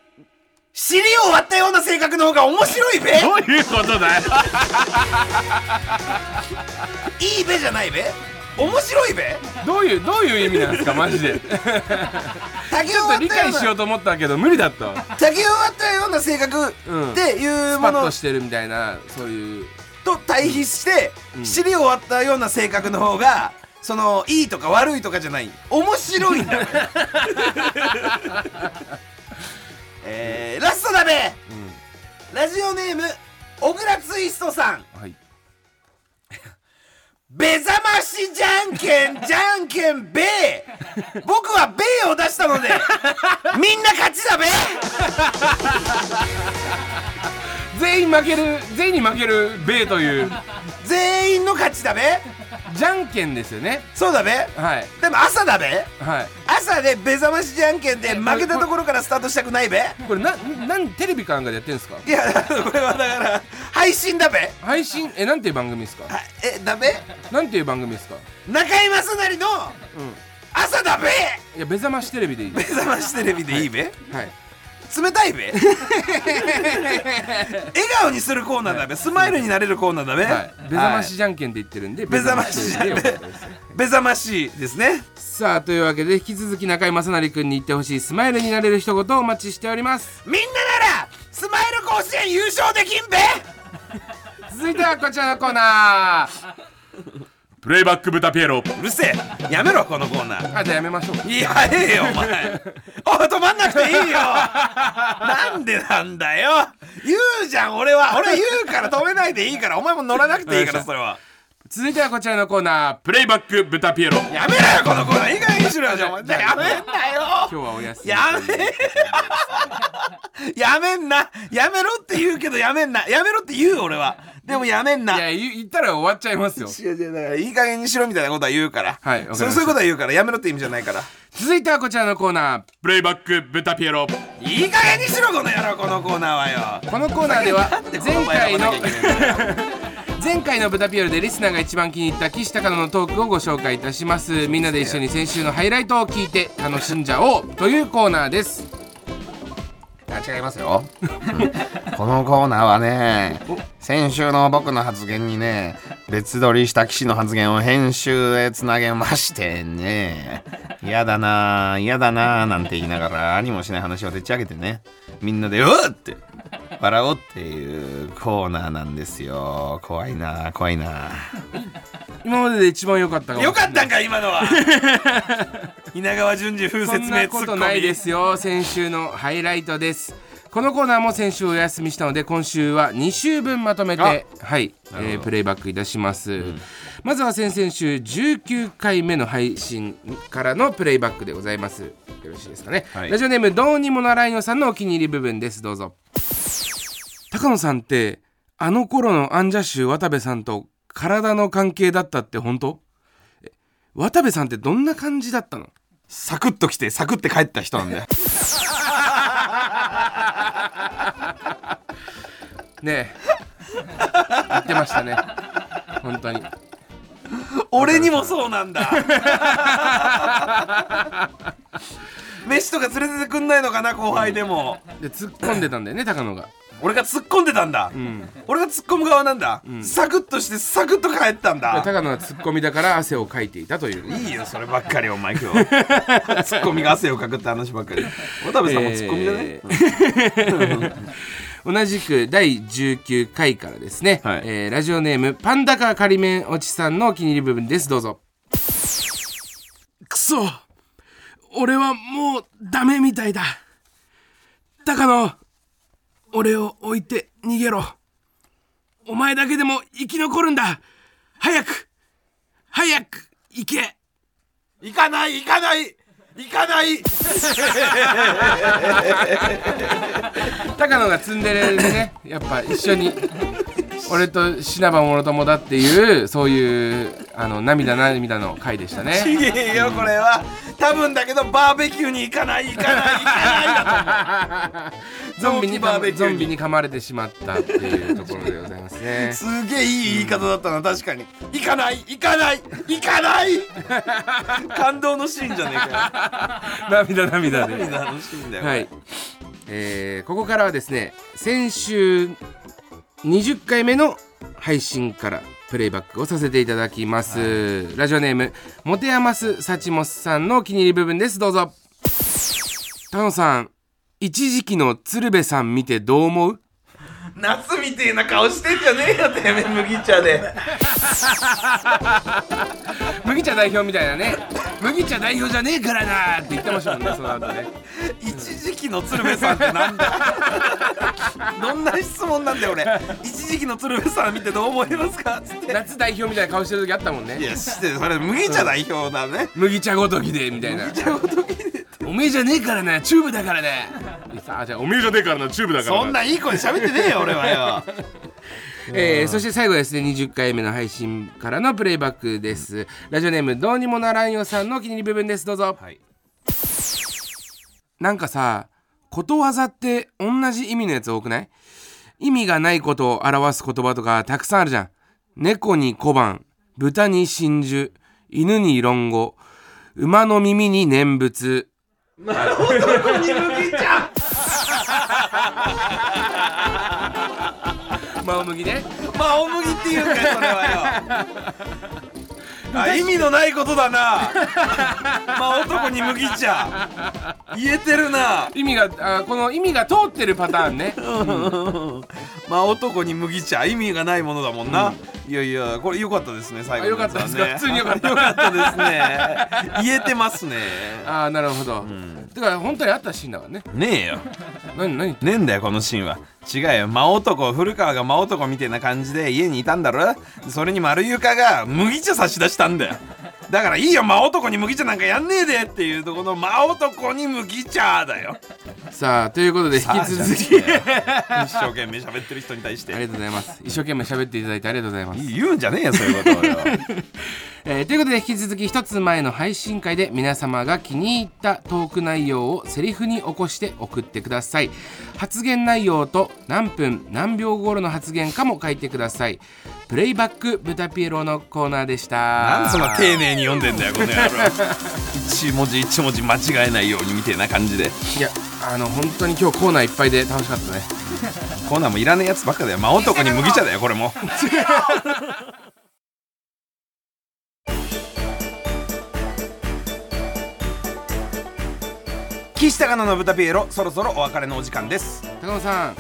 Speaker 3: 尻を割ったような性格の方が面白いべ
Speaker 2: どういうことだよ
Speaker 3: いいべじゃないべ面白いべ
Speaker 2: どういうどういう意味なんですかマジで ち
Speaker 3: 竹を
Speaker 2: ょっと
Speaker 3: 割
Speaker 2: 理
Speaker 3: ったよう
Speaker 2: 解
Speaker 3: な
Speaker 2: しようと思ったけど無理だ ったわ
Speaker 3: 竹を割ったような性格
Speaker 2: うん
Speaker 3: っていう
Speaker 2: スパ
Speaker 3: も
Speaker 2: ッ
Speaker 3: の
Speaker 2: としてるみたいなそういう
Speaker 3: と対比して尻を割ったような性格の方がそのいいとか悪いとかじゃない面白いんだべえーラストだべラジオネーム小倉ツイストさん
Speaker 2: はい
Speaker 3: 目覚ましじゃんけんじゃんけんべー僕はベイを出したのでみんな勝ちだべ
Speaker 2: 全員負ける全員に負ける米という
Speaker 3: 全員の勝ちだべ
Speaker 2: じゃんけんですよね
Speaker 3: そうだべ
Speaker 2: はい
Speaker 3: でも朝だべ
Speaker 2: はい
Speaker 3: 朝で目覚ましじゃんけんで負けたところからスタートしたくないべ
Speaker 2: これななんテレビかなんかでやってるんですか
Speaker 3: いやこれはだから配信だべ
Speaker 2: 配信えなんていう番組ですか
Speaker 3: あえだべ
Speaker 2: なんていう番組ですか
Speaker 3: 中居正成の朝だべ
Speaker 2: いや目覚ましテレビでいいで
Speaker 3: 目覚ましテレビでいいべ、
Speaker 2: すはい
Speaker 3: 冷たいべ笑顔にするコーナーだべスマイルになれるコーナーだべ、
Speaker 2: はい目覚まし
Speaker 3: はい
Speaker 2: じゃんけんで言ってるんで
Speaker 3: 目覚ましじゃんけん
Speaker 2: 目覚ましテレビでよかったです
Speaker 3: 目覚ましいですね
Speaker 2: さあというわけで引き続き中居正成君に言ってほしいスマイルになれる一言をお待ちしております
Speaker 3: みんなならスマイル甲子園優勝できんべ
Speaker 2: 続いてはこちらのコーナープレイバック豚ピエロ
Speaker 3: うるせえやめろこのコーナー
Speaker 2: あじゃあやめましょうか
Speaker 3: いやええよお前おい止まんなくていいよなんでなんだよ言うじゃん俺は俺言うから止めないでいいからお前も乗らなくていいからそれは
Speaker 2: 続いてはこちらのコーナープレイバック豚ピエロ
Speaker 3: やめろよこのコーナーいい加減にしろよじゃあお前やめんなよ
Speaker 2: 今日はお休み
Speaker 3: やめ やめんなやめろって言うけどやめんなやめろって言う俺はでもやめんない
Speaker 2: や言言ったら終わっちゃ いますよ
Speaker 3: 違う違うだからいい加減にしろみたいなことは言うから、
Speaker 2: はいわかりまし
Speaker 3: そ
Speaker 2: た
Speaker 3: うそういうことは言うからやめろって意味じゃない から
Speaker 2: 続いてはこちらのコーナープレイバック豚ピエロ
Speaker 3: いい加減にしろこの野郎このコーナーはよ
Speaker 2: このコーナーでは
Speaker 3: んでこの前選ば
Speaker 2: 前回の
Speaker 3: なきゃいけないんだよ
Speaker 2: 前回の「ブタピエロ」でリスナーが一番気に入った岸隆野のトークをご紹介いたしますみんなで一緒に先週のハイライトを聞いて楽しんじゃおうというコーナーです
Speaker 3: あ違いますよこのコーナーはね先週の僕の発言にね別撮りした騎士の発言を編集へつなげましてね嫌だなあ嫌だなあなんて言いながら何もしない話をでっち上げてねみんなで「うっ!」って笑おうっていうコーナーなんですよ怖いなあ怖いな
Speaker 2: 今までで一番良かったかも
Speaker 3: よかったんか今のは稲川淳二風
Speaker 2: そんなことないですよ先週のハイライトですこのコーナーも先週お休みしたので今週は2週分まとめてはい、えープレイバックいたします、まずは先々週19回目の配信からのプレイバックでございますよろしいですかね、
Speaker 3: はい
Speaker 2: ラジオネームどうにもならんよさんのお気に入り部分ですどうぞ高野さんってあの頃のアンジャッシュ渡部さんと体の関係だったって本当え渡部さんってどんな感じだったの
Speaker 3: サクッと来てサクって帰った人なんで
Speaker 2: ねえ言ってましたね本当に
Speaker 3: 俺にもそうなんだ飯とか連れててくんないのかな後輩でも
Speaker 2: で突っ込んでたんだよね高野が
Speaker 3: 俺が突っ込んでたんだ、俺が突っ込む側なんだ、サクッとしてサクッと帰ったんだ
Speaker 2: 高野が突っ込みだから汗をかいていたという
Speaker 3: いいよそればっかりお前今日ツッコミが汗をかくって話ばっかり渡部さんもツッコミじゃない、
Speaker 2: えー同じく第19回からですね、
Speaker 3: はい
Speaker 2: えーラジオネームパンダカ仮面おちさんのお気に入り部分ですどうぞくそ俺はもうダメみたいだ高野俺を置いて逃げろお前だけでも生き残るんだ早く早く行け
Speaker 3: 行かない行かない行かない
Speaker 2: 高野がツンデレでねやっぱ一緒に俺と品場諸友だっていうそういうあの涙涙の回でしたね
Speaker 3: いいよこれは多分だけどバーベキューに行かない行かない行かないだ
Speaker 2: ゾンビに
Speaker 3: 臓器バーベ
Speaker 2: か
Speaker 3: キューに
Speaker 2: ゾンビに噛まれてしまったっていうところでございますね
Speaker 3: とすげえいい言い方だったな確かに行かない行かない行かない 感動のシーンじゃねえか
Speaker 2: 涙涙で
Speaker 3: よ感動のシーンだよ、
Speaker 2: はい、えーここからはですね先週20回目の配信からプレイバックをさせていただきます、ラジオネームモテヤマスサチモスさんのお気に入り部分ですどうぞタ野さん一時期の鶴瓶さん見てどう思う
Speaker 3: 夏みてえな顔してんじゃねえよてめえ麦茶で
Speaker 2: 麦茶代表みたいなね麦茶代表じゃねえからなって言ってましたもんねその後ね
Speaker 3: 一時期の鶴瓶さんってなんだ どんな質問なんだよ俺一時期の鶴瓶さん見てどう思いますかつって
Speaker 2: 夏代表みたいな顔してる時あったもん
Speaker 3: い
Speaker 2: ね
Speaker 3: やしてそれ麦茶代表だね
Speaker 2: 麦茶ごときでみたいな
Speaker 3: 麦茶ごときで
Speaker 2: おめえじゃねえからなチューブだからなさあじゃあおめえじゃねえからなチューブだから
Speaker 3: そんないい声喋ってねえよ俺はよ
Speaker 2: えーそして最後ですね20回目の配信からのプレイバックですラジオネームどうにもならんよさんのお気に入り部分ですどうぞ、
Speaker 3: はい
Speaker 2: なんかさことわざって同じ意味のやつ多くない意味がないことを表す言葉とかたくさんあるじゃん猫に小判豚に真珠犬に論語馬の耳に念仏なるほどこに麦茶真麦ね
Speaker 3: まあ大麦っていうんかよそれはよあ意味のないことだなまあ男に麦茶言えてるな
Speaker 2: 意味があこの意味が通ってるパターンね
Speaker 3: まあ男に麦茶意味がないものだもんな、いやいやこれ良かったですね最後のやつはね
Speaker 2: あ良かったですか普通に良かった
Speaker 3: 良かったですね言えてますね
Speaker 2: ああなるほど、だから本当にあったシーンだからね
Speaker 3: ねえよ
Speaker 2: 何何
Speaker 3: ねえんだよこのシーンは違うよ真男古川が真男みたいな感じで家にいたんだろそれに丸床が麦茶差し出したんだよだからいいよ真男に麦茶なんかやんねえでっていうとこの真男に麦茶だよ
Speaker 2: さあということで引き
Speaker 3: さあ
Speaker 2: 続き
Speaker 3: じゃあ一生懸命喋ってる人に対し
Speaker 2: あり
Speaker 3: て
Speaker 2: がとうございます。一生懸命喋っていただいてありがとうございます。
Speaker 3: 言うんじゃねえよそういうことをよ
Speaker 2: えーということで引き続き一つ前の配信会で皆様が気に入ったトーク内容をセリフに起こして送ってください。発言内容と何分何秒頃の発言かも書いてください。プレイバック豚ピエロのコーナーでした。
Speaker 3: なんでそんな丁寧に読んでんだよこの野郎一文字一文字間違えないようにみたいな感じで
Speaker 2: いや、あの本当に今日コーナーいっぱいで楽しかったね。
Speaker 3: コーナーもいらねえやつばっかだよ真男に麦茶だよこれも 岸高野の豚ピエロそろそろお別れのお時間です
Speaker 2: 高野さ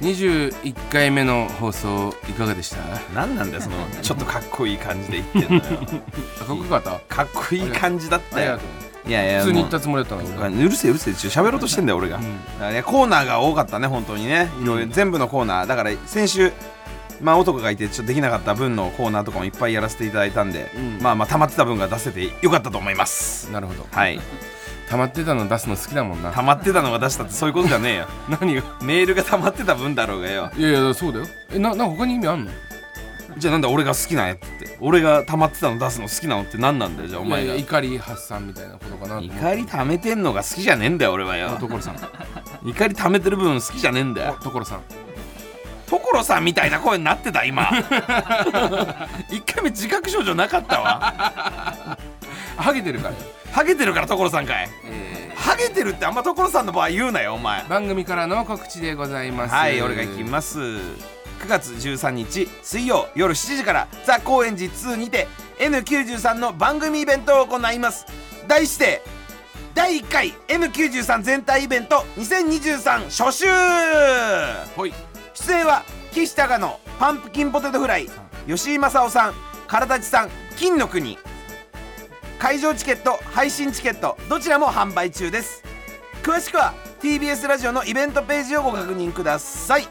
Speaker 2: ん、21回目の放送いかがでした？
Speaker 3: 何なんだよ そのちょっとかっこいい感じで言ってんのよ
Speaker 2: あかっこよかった。
Speaker 3: かっこいい感じだった
Speaker 2: ありが
Speaker 3: よ
Speaker 2: とう。
Speaker 3: いやいや
Speaker 2: 普通に
Speaker 3: もう
Speaker 2: 言ったつもりだったのに。
Speaker 3: うるせえうるせえちょ喋ろうとしてんだよ俺が、だからねコーナーが多かったね本当にねいろいろ全部のコーナーだから先週まあ男がいてちょっとできなかった分のコーナーとかもいっぱいやらせていただいたんで、
Speaker 2: うん
Speaker 3: まあまあ溜まってた分が出せてよかったと思います
Speaker 2: なるほど。
Speaker 3: はい
Speaker 2: 溜まってたの出すの好きだもんな
Speaker 3: 溜まってたのが出したってそういうことじゃねえよ
Speaker 2: 何が
Speaker 3: メールが溜まってた分だろうがよ
Speaker 2: いやいやそうだよえななんか他に意味あんの
Speaker 3: じゃあなんだ俺が好きなんやつって俺が溜まってたの出すの好きなのって何なんだよじゃあお
Speaker 2: お
Speaker 3: 前
Speaker 2: 前
Speaker 3: が
Speaker 2: が怒り発散みたいなことかなと思って
Speaker 3: 怒り溜めてんのが好きじゃねえんだよ俺はよ
Speaker 2: 所さん
Speaker 3: 怒り溜めてる分好きじゃねえんだよ
Speaker 2: 所さん
Speaker 3: 所さんみたいな声になってた今 一回目自覚症状なかったわ
Speaker 2: ハゲてるからよ
Speaker 3: ハゲてるから所さんかいハゲてるってあんま所さんの場合言うなよお前
Speaker 2: 番組からの告知でございます
Speaker 3: はい俺が行きます9月13日水曜夜7時から「ザ・高円寺2」にて N93 の番組イベントを行います題して第1回 N93 全体イベント2023初週
Speaker 2: ほい
Speaker 3: 出演は岸高野パンプキンポテトフライ吉井正夫さん唐立さん金の国会場チケット配信チケットどちらも販売中です詳しくは TBS ラジオのイベントページをご確認ください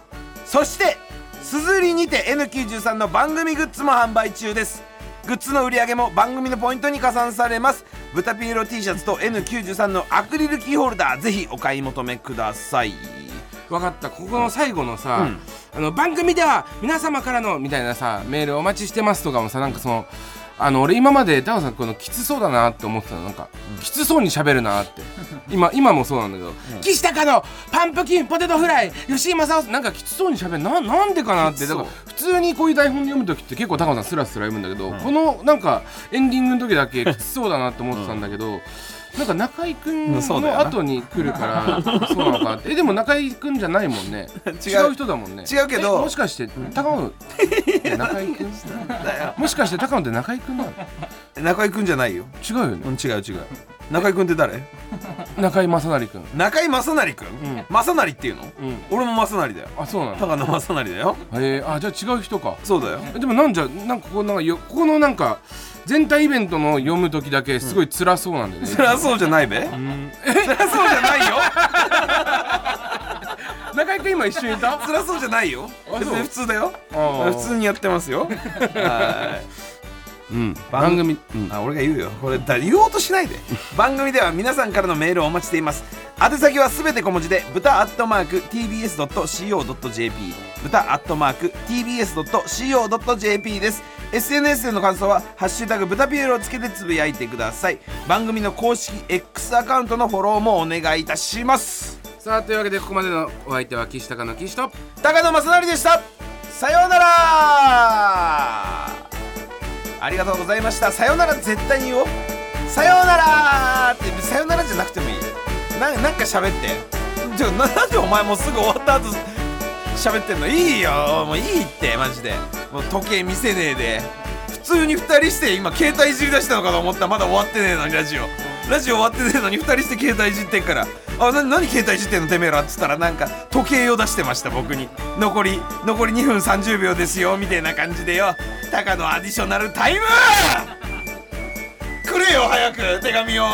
Speaker 3: そしてすずりにて N93 の番組グッズも販売中ですグッズの売り上げも番組のポイントに加算されます豚ピエロ T シャツと N93 のアクリルキーホルダーぜひお買い求めください
Speaker 2: 分かったここの最後の
Speaker 3: う
Speaker 2: さ、
Speaker 3: ん
Speaker 2: あの番組では皆様からのみたいなさメールお待ちしてますとかもさなんかそのあの俺今までタオさんこのきつそうだなって思ってたのなんか、きつそうに喋るな って今今もそうなんだけど、岸高のパンプキンポテトフライ吉井正夫なんかきつそうに喋るななんでかなっ
Speaker 3: き
Speaker 2: て
Speaker 3: つそ
Speaker 2: だ
Speaker 3: う
Speaker 2: から普通にこういう台本読む時って結構高野さんスラスラ読むんだけど、このなんかエンディングの時だけきつそうだなって思ってたんだけど、なんか中居君
Speaker 3: うんそうだよ
Speaker 2: の
Speaker 3: な
Speaker 2: 後に来るからそうなのかってえでも中居君じゃないもんね
Speaker 3: 違
Speaker 2: 違
Speaker 3: う
Speaker 2: う人だもんね
Speaker 3: 違うけど
Speaker 2: えもしかして高野って中居君もしかして高野って中居君なの
Speaker 3: 中居くんじゃないよ
Speaker 2: 違うよね
Speaker 3: うん、違う違う中居君って誰
Speaker 2: 中居正成君
Speaker 3: 中居正成君、
Speaker 2: ん
Speaker 3: 正成っていうの、
Speaker 2: うん
Speaker 3: 俺も正成だよ
Speaker 2: あそうなの
Speaker 3: 高野正成だよ
Speaker 2: へえあじゃあ違う人か
Speaker 3: そうだよ
Speaker 2: えでもなんじゃなんかここなんかよここのなんか全体イベントの読む時だけすごい辛そうなんだよね、
Speaker 3: 辛そうじゃないべ辛そうじゃないよ
Speaker 2: 中居君今一緒にいた
Speaker 3: 辛そうじゃないよ
Speaker 2: そう
Speaker 3: 別に普通だよ
Speaker 2: あー
Speaker 3: 普通にやってます よは
Speaker 2: うん番組、うん
Speaker 3: いあ俺が言うよこれだ言おうとしない で番組では皆さんからのメールをお待ちしています宛先はすべて小文字で豚アットマーク tbs.co.jp 豚アットマーク tbs.co.jp です SNS での感想は「ハッシュタグ豚ピエロ」をつけてつぶやいてください番組の公式 X アカウントのフォローもお願いいたします
Speaker 2: さあというわけでここまでのお相手は岸高の岸と
Speaker 3: 高野正成でしたさようならありがとうございましたさようなら絶対に言おうさようならってさようならじゃなくてもいいななんか喋ってちょななんでお前もうすぐ終わった後喋ってんのいいよもういいってマジでもう時計見せねえで普通に2人して今携帯いじり出したのかと思ったらまだ終わってねえのにラジオラジオ終わってねえのに2人して携帯いじってっから「あな何携帯いじってんのてめえら」っつったらなんか時計を出してました僕に残り残り2分30秒ですよみたいな感じでよタカのアディショナルタイムくれよ早く手紙を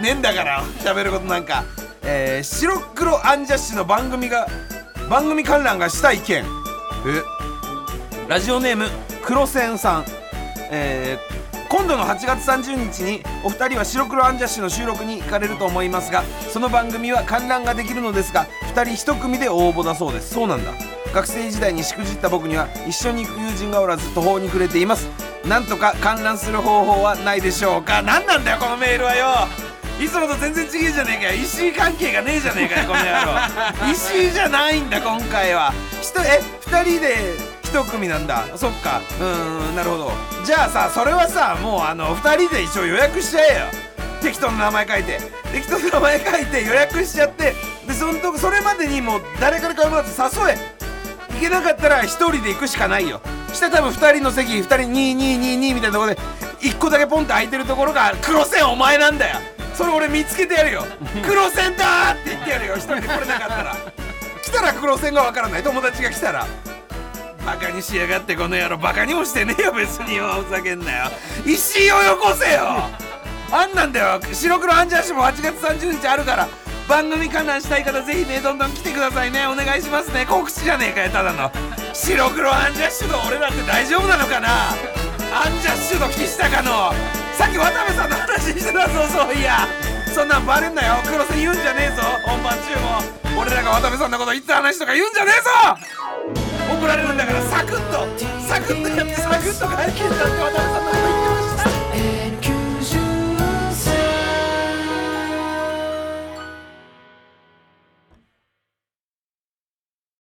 Speaker 3: ねえんだから喋ることなんか、えー白黒アンジャッシュの番組が番組観覧がしたい件えラジオネーム黒線さんえー今度の8月30日にお二人は白黒アンジャッシュの収録に行かれると思いますがその番組は観覧ができるのですが2人1組で応募だそうですそうなんだ学生時代にしくじった僕には一緒に行く友人がおらず途方に暮れていますなんとか観覧する方法はないでしょうか何なんだよこのメールはよいつもと全然違えじゃねえかよ石井関係がねえじゃねえかよこの野郎石井じゃないんだ今回はひとえ2人で一組なんだそっかうーんなるほどじゃあさそれはさもうあの2人で一応予約しちゃえよ適当な名前書いて適当な名前書いて予約しちゃってでそんとそれまでにもう誰からかまず誘え行けなかったら1人で行くしかないよしたら多分2人の席2人2222みたいなところで1個だけポンって空いてるところが黒線お前なんだよそれ俺見つけてやるよ黒線だーって言ってやるよ1人で来れなかったら来たら黒線がわからない友達が来たらバカにしやがってこの野郎バカにもしてねえよ別によふざけんなよ石井をよこせよあんなんだよ白黒アンジャッシュも8月30日あるから番組観覧したい方ぜひねどんどん来てくださいねお願いしますね告知じゃねえかよただの白黒アンジャッシュの俺らって大丈夫なのかなアンジャッシュの岸高のさっき渡部さんの話してたぞそういやそんなんバレんなよ黒瀬言うんじゃねえぞ本番中も俺らが渡部さんのこと言ってた話とか言うんじゃねえぞ怒られるんだからサクッとサクッとやってサクッと解決だって渡辺さんのこと言って